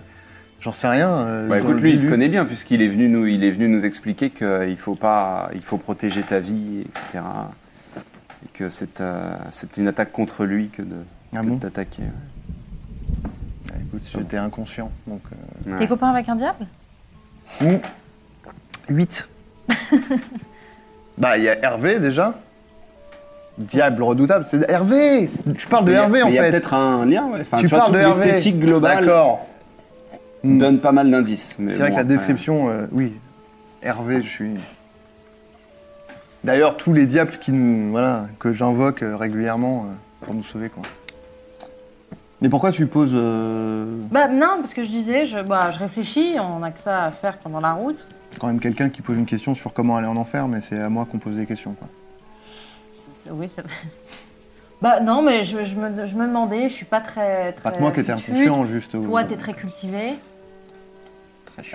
D: j'en sais rien. euh,
F: Bah
D: dans
F: écoute,
D: le
F: lui, il te
D: milieu.
F: connaît bien puisqu'il est venu nous, il est venu nous expliquer qu'il faut pas, il faut protéger ta vie, etc. Et que c'est, euh, c'est une attaque contre lui que de, que de t'attaquer.
D: Ah, écoute, j'étais inconscient, donc. euh,
E: T'es copain avec un diable
D: Ou 8. bah, il y a Hervé déjà. Diable redoutable, c'est Hervé Je parle de
F: Mais il y a-
D: Hervé en
F: mais
D: fait.
F: Il y a peut-être un lien. Ouais. Enfin,
D: Tu
F: tu, vois,
D: parles
F: toute
D: de Hervé.
F: l'esthétique globale.
D: D'accord.
F: Donne pas mal d'indices. mais
D: C'est vrai
F: bon,
D: que la
F: après-
D: description, euh, oui, Hervé, je suis. D'ailleurs, tous les diables qui nous, voilà, que j'invoque euh, régulièrement euh, pour nous sauver, quoi. Mais pourquoi tu poses euh,
G: Bah, non, parce que je disais, je, bah, je réfléchis, on n'a que ça à faire pendant la route.
D: quand même quelqu'un qui pose une question sur comment aller en enfer, mais c'est à moi qu'on pose des questions, quoi.
G: C'est- c'est- Oui, ça Bah, non, mais je, je me, je me demandais, je suis pas très.
D: Pas
G: très
D: que moi qui étais
G: foutue.
D: inconscient, juste. au-
G: Toi, t'es très cultivé.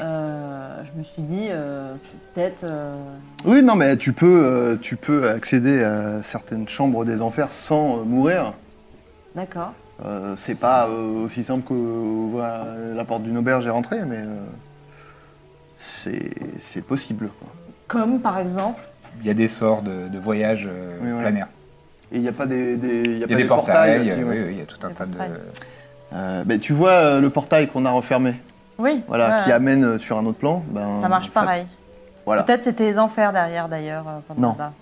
G: Euh, je me suis dit, euh, peut-être. euh,
D: Oui, non, mais tu peux, euh, tu peux accéder à certaines chambres des enfers sans euh, mourir.
G: D'accord.
D: Euh, c'est pas euh, aussi simple qu'ouvrir la porte d'une auberge et rentrer, mais euh, c'est c'est possible. quoi.
G: Comme par exemple.
C: Il y a des sorts de, de voyage euh,
D: Oui, voilà.
C: planaire.
D: Et il n'y a pas des, des- il y
C: Il y
D: a pas
C: a des
D: des
C: portails,
D: portails
C: euh,
D: aussi,
C: oui,
D: ouais.
C: oui, il y a tout un tas de.
D: Euh, ben, tu vois euh, le portail qu'on a refermé,
E: Oui.
D: voilà,
E: ouais.
D: qui amène euh, sur un autre plan. ben,
E: Ça marche pareil.
D: Voilà.
E: Peut-être c'était les enfers derrière d'ailleurs. euh, pendant
D: Non.
E: la-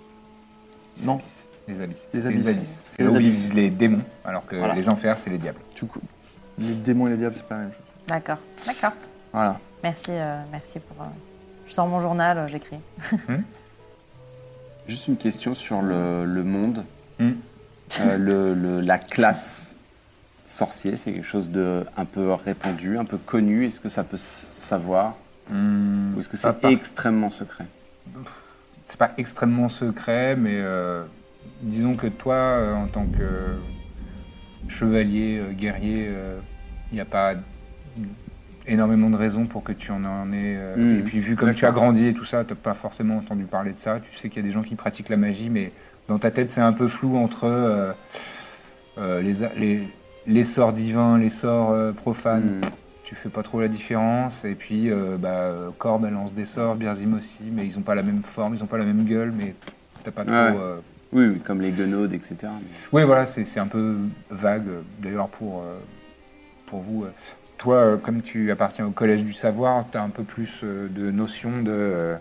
D: Non.
C: Les abysses.
D: Les
C: Les
D: abysses.
C: abysses.
D: Les
C: C'est là où
D: abysses.
C: vivent les démons, alors que
D: Voilà.
C: les enfers, c'est les diables.
D: Du coup, les démons et les diables, c'est pas la même chose.
E: D'accord. D'accord.
D: Voilà.
E: Merci, euh, merci pour. euh, Je sors mon journal, euh, j'écris.
F: Juste une question sur le, le monde.
D: Hmm.
F: Euh, le- le- la classe sorcier, c'est quelque chose de un peu répandu, un peu connu. Est-ce que ça peut s- savoir Ou est-ce que
D: Ah,
C: pas
F: c'est
C: par-
F: extrêmement secret
C: c'est pas extrêmement secret, mais euh, disons que toi, euh, en tant que euh, chevalier, euh, guerrier, il n'y a pas énormément de raisons pour que tu en aies. euh,
F: Mm.
C: Et puis, vu comme tu as grandi et tout ça, tu n'as pas forcément entendu parler de ça. Tu sais qu'il y a des gens qui pratiquent la magie, mais dans ta tête, c'est un peu flou entre euh, euh, les, a- les, les sorts divins, les sorts euh, profanes. Tu fais pas trop la différence. Et puis, euh, bah, Corbe, elle lance des sorts, Birzim aussi, mais ils ont pas la même forme, ils ont pas la même gueule, mais t'as pas trop.
F: Ouais.
C: euh,
F: Oui, oui, comme les guenaudes, etc.
C: Oui, voilà, c'est c'est un peu vague, euh, d'ailleurs, pour, euh, pour vous. euh. Toi, euh, comme tu appartiens au Collège du Savoir, tu as un peu plus euh, de notions de... euh,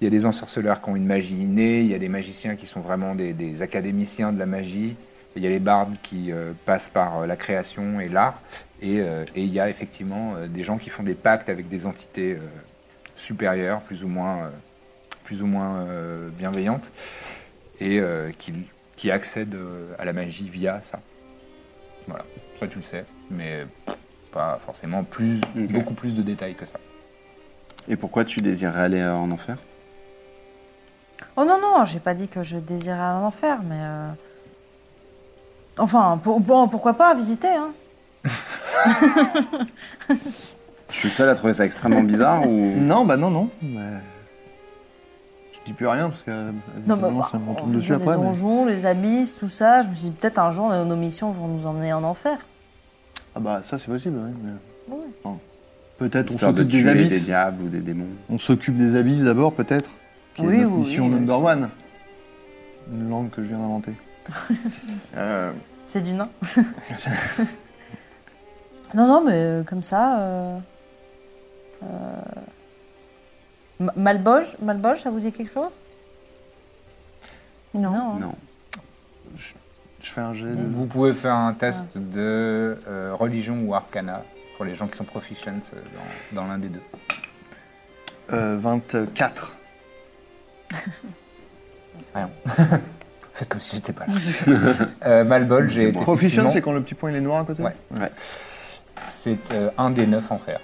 C: Il y a des ensorceleurs qui ont une magie innée, il y a des magiciens qui sont vraiment des, des académiciens de la magie, il y a les bardes qui euh, passent par euh, la création et l'art, et euh, et il y a effectivement euh, des gens qui font des pactes avec des entités euh, supérieures, plus ou moins, euh, plus ou moins euh, bienveillantes, et euh, qui, qui accèdent euh, à la magie via ça. Voilà, ça tu le sais, mais pas forcément plus, beaucoup plus de détails que ça.
F: Et pourquoi tu désirerais aller euh, en enfer
E: Oh non, non, j'ai pas dit que je désirais un enfer, mais. euh, Enfin, pour- bon, pourquoi pas visiter, hein
F: Je suis le seul à trouver ça extrêmement bizarre ou
D: Non, bah non, non. mais Je dis plus rien parce que euh,
E: Non, bah,
D: évidemment,
E: bah,
D: ça me
E: on
D: retombe
E: fait
D: dessus
E: bien
D: après.
E: les
D: mais-
E: donjons, les abysses, tout ça. Je me suis dit, peut-être un jour, nos nos missions vont nous emmener en enfer.
D: Ah bah ça c'est possible, oui. mais-
E: Ouais.
D: Bon. Peut-être on
F: Histoire de
D: s'occupe des
F: tuer
D: abysses.
F: des diables ou des démons.
D: On s'occupe des abysses d'abord, peut-être qui
F: Oui,
D: est notre
F: oui,
D: mission
F: oui,
D: number
F: aussi.
D: one. Une langue que je viens d'inventer. Euh,
E: C'est du nain. non, non, mais euh, comme ça. euh, euh, Ma- Malboge, Malboge, ça vous dit quelque chose Non. hein.
F: Non.
D: Je, je fais un jet de...
E: Mm.
C: Vous pouvez faire un test de euh, religion ou arcana pour les gens qui sont proficients euh, dans, dans l'un des deux.
D: Euh, 24.
C: Rien. Faites comme si j'étais pas là. euh, Malbol, j'ai été.
D: Proficient,
C: effectivement-
D: c'est quand le petit point il est noir à côté
C: Ouais. C'est euh, un des neuf en fer.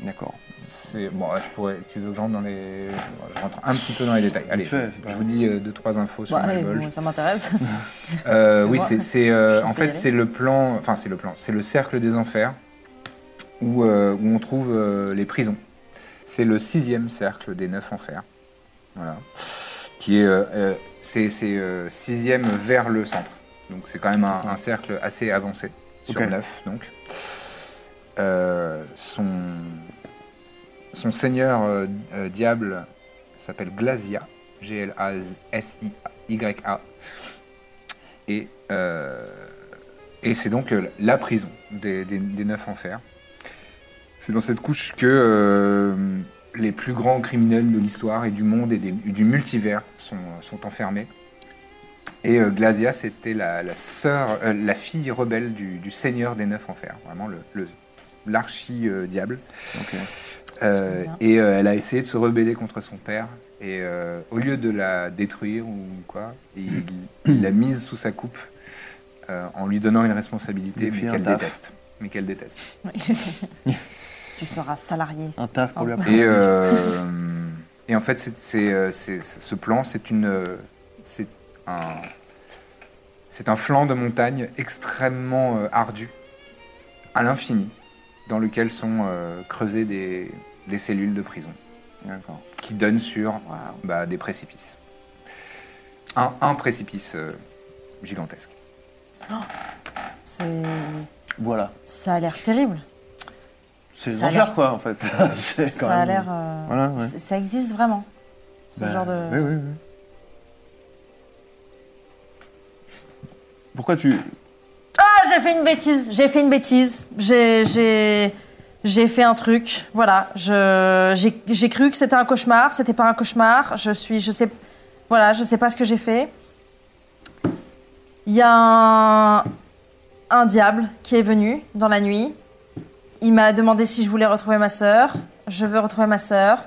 D: D'accord.
C: C'est bon, là, je pourrais. Tu veux que je rentre dans les. bon, je rentre un petit peu dans les détails. Allez,
D: Vite fait, c'est pas
C: je
D: grave.
C: vous dis euh, deux trois infos sur
E: Bah, ouais,
C: Malbol.
E: bon, ça m'intéresse.
C: Euh, oui,
E: Excuse-moi.
C: c'est c'est, euh,
E: Je
C: en
E: sais y
C: fait
E: aller.
C: c'est le plan, enfin c'est le plan, c'est le cercle des enfers où, euh, où on trouve euh, les prisons. C'est le sixième cercle des neuf enfers, voilà, qui est euh, euh, c'est c'est, euh, sixième vers le centre. Donc c'est quand même un, un cercle assez avancé sur
D: Ok.
C: neuf donc. Euh, son son seigneur euh, euh, diable s'appelle Glazia, G-L-A-S-I-Y-A. Et, euh, et c'est donc euh, la prison des, des- des neuf enfers. C'est dans cette couche que euh, les plus grands criminels de l'histoire et du monde et des- du multivers sont, sont enfermés. Et euh, Glazia, c'était la, la sœur, euh, la fille rebelle du, du seigneur des neuf enfers, vraiment le, le- l'archi-diable. Euh, et euh, elle a essayé de se rebeller contre son père. Et euh, au lieu de la détruire ou quoi, il il l'a mise sous sa coupe euh, en lui donnant une responsabilité
D: Lui
C: mais
D: fit un
C: qu'elle
D: taf.
C: déteste. Mais qu'elle déteste.
E: tu seras salarié.
D: Un taf pour lui apprendre.
C: Et, euh, et en fait, c'est, c'est, euh, c'est- c'est- ce plan, c'est une, euh, c'est un, c'est un flanc de montagne extrêmement euh, ardu, à l'infini, dans lequel sont euh, creusées des, des cellules de prison,
D: D'accord.
C: qui donnent sur bah, des précipices. Un, un précipice euh, gigantesque.
E: C'est-
D: Voilà.
E: Ça a l'air terrible.
D: C'est les
E: Ça a
D: enfers,
E: l'air-
D: quoi, en fait. C'est quand
E: Ça a
D: même-
E: l'air. euh,
D: Voilà, ouais.
E: c- Ça existe vraiment. Ce
D: Bah,
E: genre de.
D: Oui, oui, oui. Pourquoi tu...
E: Ah, j'ai fait une bêtise. J'ai fait une bêtise. J'ai, j'ai, j'ai fait un truc. Voilà. Je, j'ai, j'ai cru que c'était un cauchemar. C'était pas un cauchemar. Je suis, je sais, voilà, je sais pas ce que j'ai fait. Il y a un, un diable qui est venu dans la nuit. Il m'a demandé si je voulais retrouver ma sœur. Je veux retrouver ma sœur.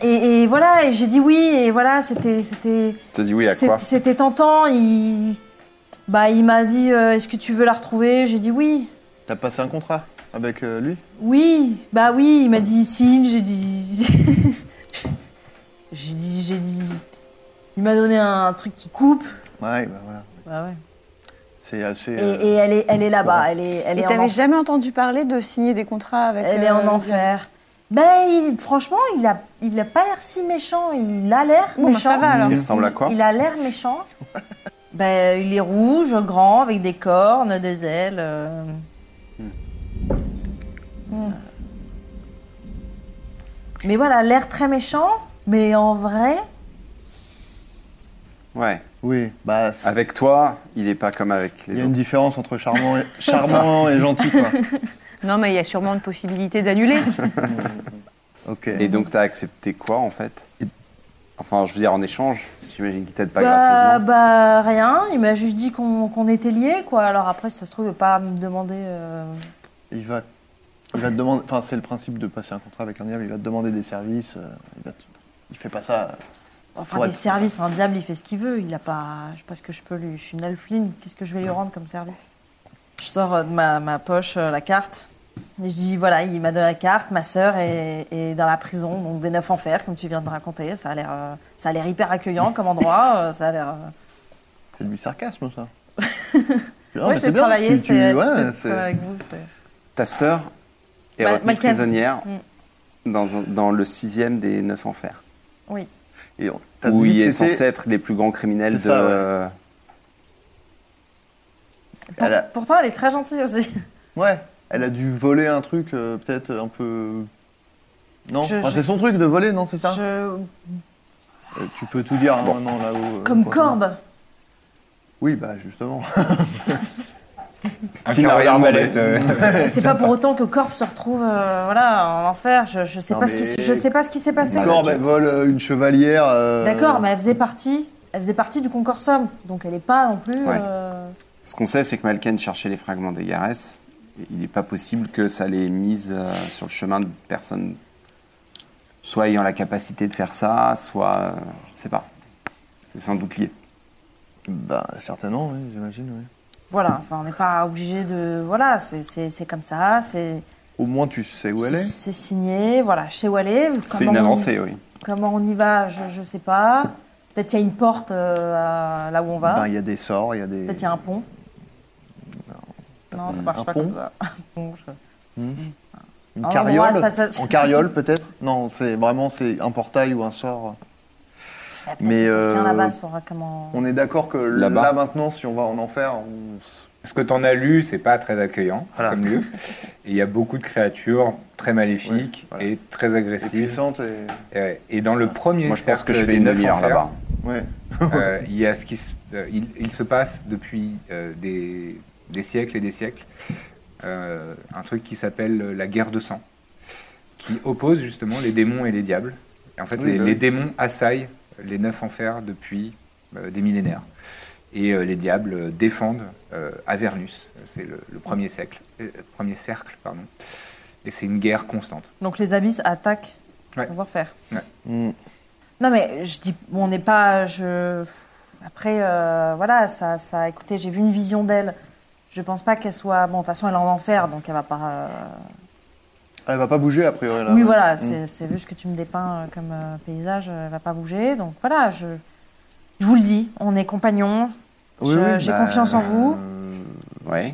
E: Et, et voilà. Et j'ai dit oui. Et voilà. C'était, c'était.
F: T'as dit oui à
E: C'est-
F: quoi
E: C'était tentant. Il, bah, il m'a dit euh, Est-ce que tu veux la retrouver J'ai dit oui.
D: T'as passé un contrat avec euh, lui
E: Oui, bah oui. Il m'a dit signe. J'ai dit. j'ai dit. J'ai dit. Il m'a donné un truc qui coupe.
D: Ouais, bah voilà.
E: Bah ouais.
D: C'est assez...
E: Et,
D: euh,
E: et elle est, elle est
F: euh,
E: là-bas. Elle est, elle
L: Et
E: est en
L: t'avais
E: enfer.
L: jamais entendu parler de signer des contrats avec. euh,
E: Elle est en enfer. Ben, il- franchement, il a, il a pas l'air si méchant. Il a l'air
L: Bon, ben,
E: méchant.
L: ça va, alors.
F: Il ressemble à quoi
E: Il a l'air méchant. ben, il est rouge, grand, avec des cornes, des ailes. euh. Euh. Mais voilà, l'air très méchant. Mais en vrai,
F: Ouais.
D: Oui, bah... c'est-
F: Avec toi, il est pas comme avec
D: Il y
F: les
D: a une
F: autres.
D: différence entre charmant et, charmant et gentil, quoi.
L: Non, mais il y a sûrement une possibilité d'annuler.
D: Ok.
F: Et donc t'as accepté quoi en fait Enfin, je veux dire en échange, parce que j'imagine qu'il t'aide pas
E: bah,
F: gracieusement.
E: bah, rien. Il m'a juste dit qu'on qu'on était liés, quoi. Alors après, si ça se trouve, il va pas me demander. euh,
D: Il va, il va te demander. Enfin, c'est le principe de passer un contrat avec un diable. Il va te demander des services. euh, il, va te- il fait pas ça. euh,
E: Enfin,
D: pour
E: des
D: être-
E: services, un diable, il fait ce qu'il veut. Il a pas. Je sais pas ce que je peux lui. Je suis une alfline. Qu'est-ce que je vais lui rendre comme service Je sors euh, de ma, ma poche euh, la carte. Et je dis voilà, il m'a donné la carte. Ma sœur est, est dans la prison, donc des neuf enfers, comme tu viens de raconter. Ça a l'air, euh, ça a l'air hyper accueillant comme endroit. euh, ça a l'air. euh,
D: C'est du sarcasme, ça. Non,
E: ouais,
D: mais
E: je
D: c'est
E: l'ai
D: bien,
E: travaillé.
D: tu- tu-
E: c'est,
D: ouais,
E: c'est-
D: c'est-
E: travailler avec vous. c'est-
F: Ta sœur est
E: Mal-
F: retenue
E: Malcolm. Mm.
F: prisonnière dans, un- dans le sixième des neuf enfers.
E: Oui.
F: Et
D: t'as
F: où
D: dit
F: il
D: que
F: est
D: c'était-
F: censé être les plus grands criminels de... Ah,
D: C'est ça,
E: Pour-
D: Elle a-
E: Pourtant, elle est très gentille aussi.
D: Ouais. Elle a dû voler un truc, euh, peut-être un peu. Non,
E: Je-
D: Enfin,
E: je
D: c'est son
E: sais-
D: truc de voler, non, c'est ça
E: Je-
D: Euh, Tu peux tout dire hein, maintenant là-haut. euh,
E: Comme
D: quoi.
E: corbe.
D: Oui, bah justement.
C: Un
D: Qui n'a
C: carreau
D: rien demandé.
C: d'arbalète, euh.
E: C'est pas pour autant que Corbe se retrouve euh, voilà, en enfer. Je, je sais
D: Non,
E: pas ce qui
D: mais-
E: s- je sais pas ce qui s'est passé.
D: Une corbe, elle vole euh, une chevalière. euh,
E: D'accord, mais elle faisait partie. Elle faisait partie du concorsum, donc elle est pas non plus.
F: Ouais.
E: euh,
F: Ce qu'on sait, c'est que Malken cherchait les fragments des Garès. Et Il n'est pas possible que ça les mise euh, sur le chemin de personnes soit ayant la capacité de faire ça, soit... euh, je sais pas. C'est sans doute lié.
D: Bah, certainement, oui, j'imagine, oui.
E: Voilà, enfin, on n'est pas obligé de. Voilà, c'est- c'est c'est comme ça. C'est
D: Au moins, tu sais où elle
E: c'est-
D: est.
E: c'est signé. Voilà, chez Wallet.
F: C'est une avancée, oui.
E: Comment on y va, je, je sais pas. Peut-être qu'il y a une porte euh, à- là où on va.
D: Ben, Il y a des sorts, il y a des.
E: Peut-être qu'il y a un pont. Non, ça marche
D: un
E: pas
D: pont.
E: comme ça. Un pont, je-
D: Hmm. Une
E: Un endroit de
D: carriole
E: passage.
D: En carriole, peut-être Non, c'est vraiment c'est un portail ou un sort.
E: Ouais, peut-être
D: Mais.
E: que quelqu'un
D: euh,
E: là-bas saura comment.
D: On est d'accord que
C: Là-bas.
D: là maintenant, si on va en enfer, on s-
C: Ce que t'en as lu, c'est pas très accueillant
D: Voilà.
C: comme lieu. Et il y a beaucoup de créatures très maléfiques et très
D: est
C: agressives.
D: puissante et.
C: Et, ouais, et dans le premier
F: Moi, je pense
C: cercle
F: que je fais
C: des
F: une
C: neuf
F: demi-heure
C: enfers,
F: là-bas.
D: Ouais.
C: euh, il, y a ce qui se, euh, il, il se passe depuis euh, des, des siècles et des siècles euh, un truc qui s'appelle euh, la guerre de sang, qui oppose justement les démons et les diables. Et en fait,
D: Oui,
C: les,
D: bah
C: les
D: oui.
C: démons assaillent les neuf enfers depuis euh, des millénaires. Et euh, les diables euh, défendent euh, Avernus, c'est le, le premier, siècle, euh, premier cercle. Pardon. Et c'est une guerre constante.
E: Donc les abysses attaquent
C: Ouais.
E: les enfers.
C: Ouais.
E: Non mais je dis, on n'est pas. Je... Après, euh, voilà, ça, ça. Écoutez, j'ai vu une vision d'elle. Je pense pas qu'elle soit. Bon, de toute façon, elle est en enfer, donc elle va pas. euh,
D: Elle va pas bouger a priori. Là, ouais.
E: oui, voilà,
D: Mm.
E: c'est c'est vu ce que tu me dépeins euh, comme euh, paysage, euh, elle va pas bouger. Donc voilà, je, je vous le dis, on est compagnons.
F: Oui,
E: Je-
F: oui,
E: j'ai
F: bah,
E: confiance en vous.
F: Oui.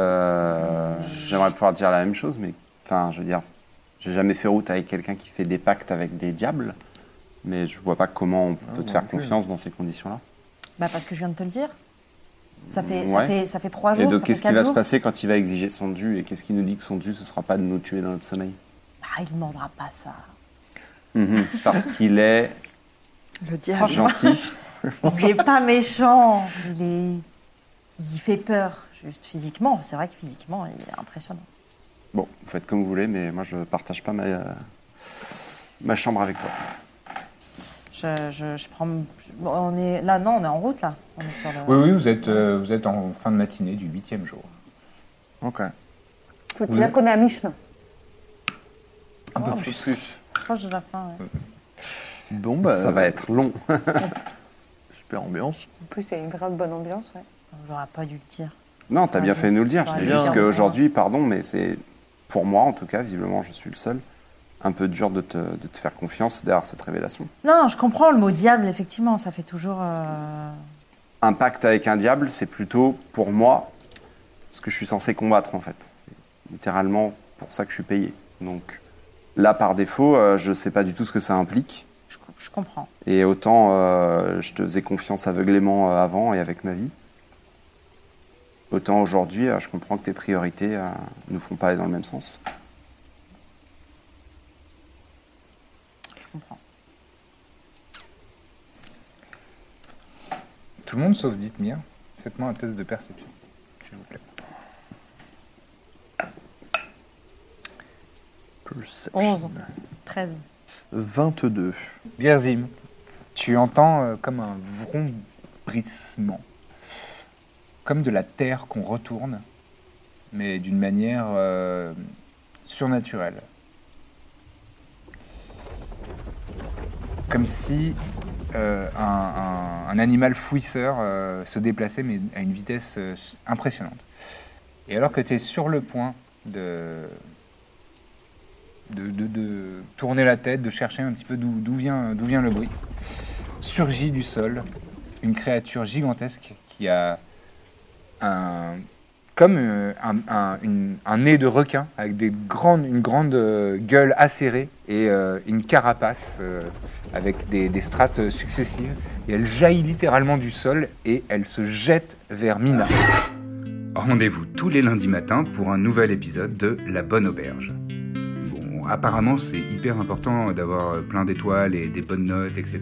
F: Euh, J'aimerais pouvoir dire la même chose, mais enfin, je veux dire, j'ai jamais fait route avec quelqu'un qui fait des pactes avec des diables, mais je vois pas comment on peut te
C: Ah,
E: moi
F: faire
E: non plus.
F: confiance dans ces conditions-là.
E: Bah, parce que je viens de te le dire. Ça fait, ça
F: Ouais.
E: fait, ça fait trois
F: Et
E: jours,
F: donc,
E: ça fait
F: qu'est-ce qui
E: quatre
F: va se
E: jours.
F: passer quand il va exiger son dû Et qu'est-ce qui nous dit que son dû, ce sera pas de nous tuer dans notre sommeil
E: Ah, il demandera pas ça.
C: Mhm.
F: Parce qu'il est
E: Le diable.
F: gentil.
E: Il est pas méchant, il est. Il fait peur, juste physiquement. C'est vrai que physiquement, il est impressionnant.
F: Bon, vous faites comme vous voulez, mais moi, je partage pas ma, euh, ma chambre avec toi.
E: Je, je- je prends. je- bon, on est là, non, on est en route là. On est sur le-
C: Oui, oui, vous êtes, euh, vous êtes en fin de matinée du huitième jour.
D: Ok.
L: Faut
C: Vous
L: dire
C: êtes-
L: qu'on est à mi-chemin.
C: Un peu
E: Oh,
C: plus.
E: Proche de la fin. ouais.
D: Bon,
C: Euh,
D: bah.
F: Ça va être long.
D: Super ambiance.
L: En plus, il y a une grave bonne ambiance, ouais.
E: J'aurais pas dû le dire.
F: Non, t'as bien
E: Ouais,
F: fait de nous le dire.
E: ouais,
F: Je dis
E: bien.
F: juste qu'aujourd'hui, pardon, mais c'est pour moi, en tout cas, visiblement, je suis le seul, un peu dur de te, de te faire confiance derrière cette révélation.
E: Non, je comprends le mot diable, effectivement, ça fait toujours. euh,
F: Un pacte avec un diable, c'est plutôt, pour moi, ce que je suis censé combattre, en fait. C'est littéralement pour ça que je suis payé. Donc là, par défaut, euh, je sais pas du tout ce que ça implique.
E: Je, co- je comprends.
F: Et autant euh, je te faisais confiance aveuglément euh, avant et avec ma vie, autant aujourd'hui euh, je comprends que tes priorités euh, nous font pas aller dans le même sens.
E: Je comprends.
C: Tout le monde sauf Dithmir. Faites-moi un test de perception, s'il vous plaît.
D: Perception.
E: 11, 13.
D: 22.
C: Birzim, tu entends euh, comme un vrombissement, comme de la terre qu'on retourne, mais d'une manière euh, surnaturelle. Comme si euh, un, un- un animal fouisseur euh, se déplaçait, mais à une vitesse euh, impressionnante. Et alors que tu es sur le point de, de, de- de tourner la tête, de chercher un petit peu d'où d'où vient, d'où vient le bruit. Surgit du sol une créature gigantesque qui a un, comme euh, un, un- une- un nez de requin avec des grandes, une grande euh, gueule acérée et euh, une carapace euh, avec des, des strates successives. Et elle jaillit littéralement du sol et elle se jette vers Mina. Rendez-vous tous les lundis matins pour un nouvel épisode de La Bonne Auberge. Bon, apparemment, c'est hyper important d'avoir euh, plein d'étoiles et des bonnes notes, etc.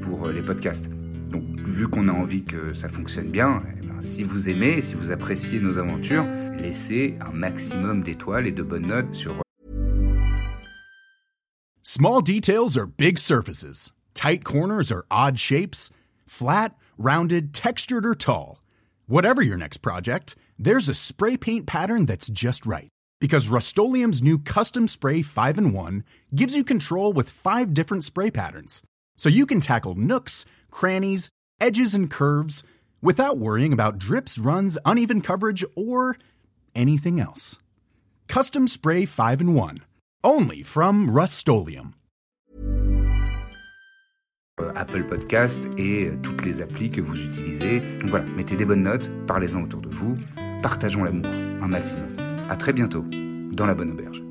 C: pour euh, les podcasts. Donc, vu qu'on a envie que ça fonctionne bien, eh ben, si vous aimez, si vous appréciez nos aventures, laissez un maximum d'étoiles et de bonnes notes sur
M: Small details are big surfaces. Tight corners are odd shapes. Flat, rounded, textured, or tall. Whatever your next project, there's a spray paint pattern that's just right. Because Rust new Custom Spray 5 in 1 gives you control with five different spray patterns. So you can tackle nooks, crannies, edges, and curves without worrying about drips, runs, uneven coverage, or anything else. Custom Spray 5 in 1. Only from Rust-Oleum.
C: euh, Apple Podcast et euh, toutes les applis que vous utilisez. Donc voilà, mettez des bonnes notes, parlez-en autour de vous, partageons l'amour un maximum. À très bientôt dans la bonne auberge.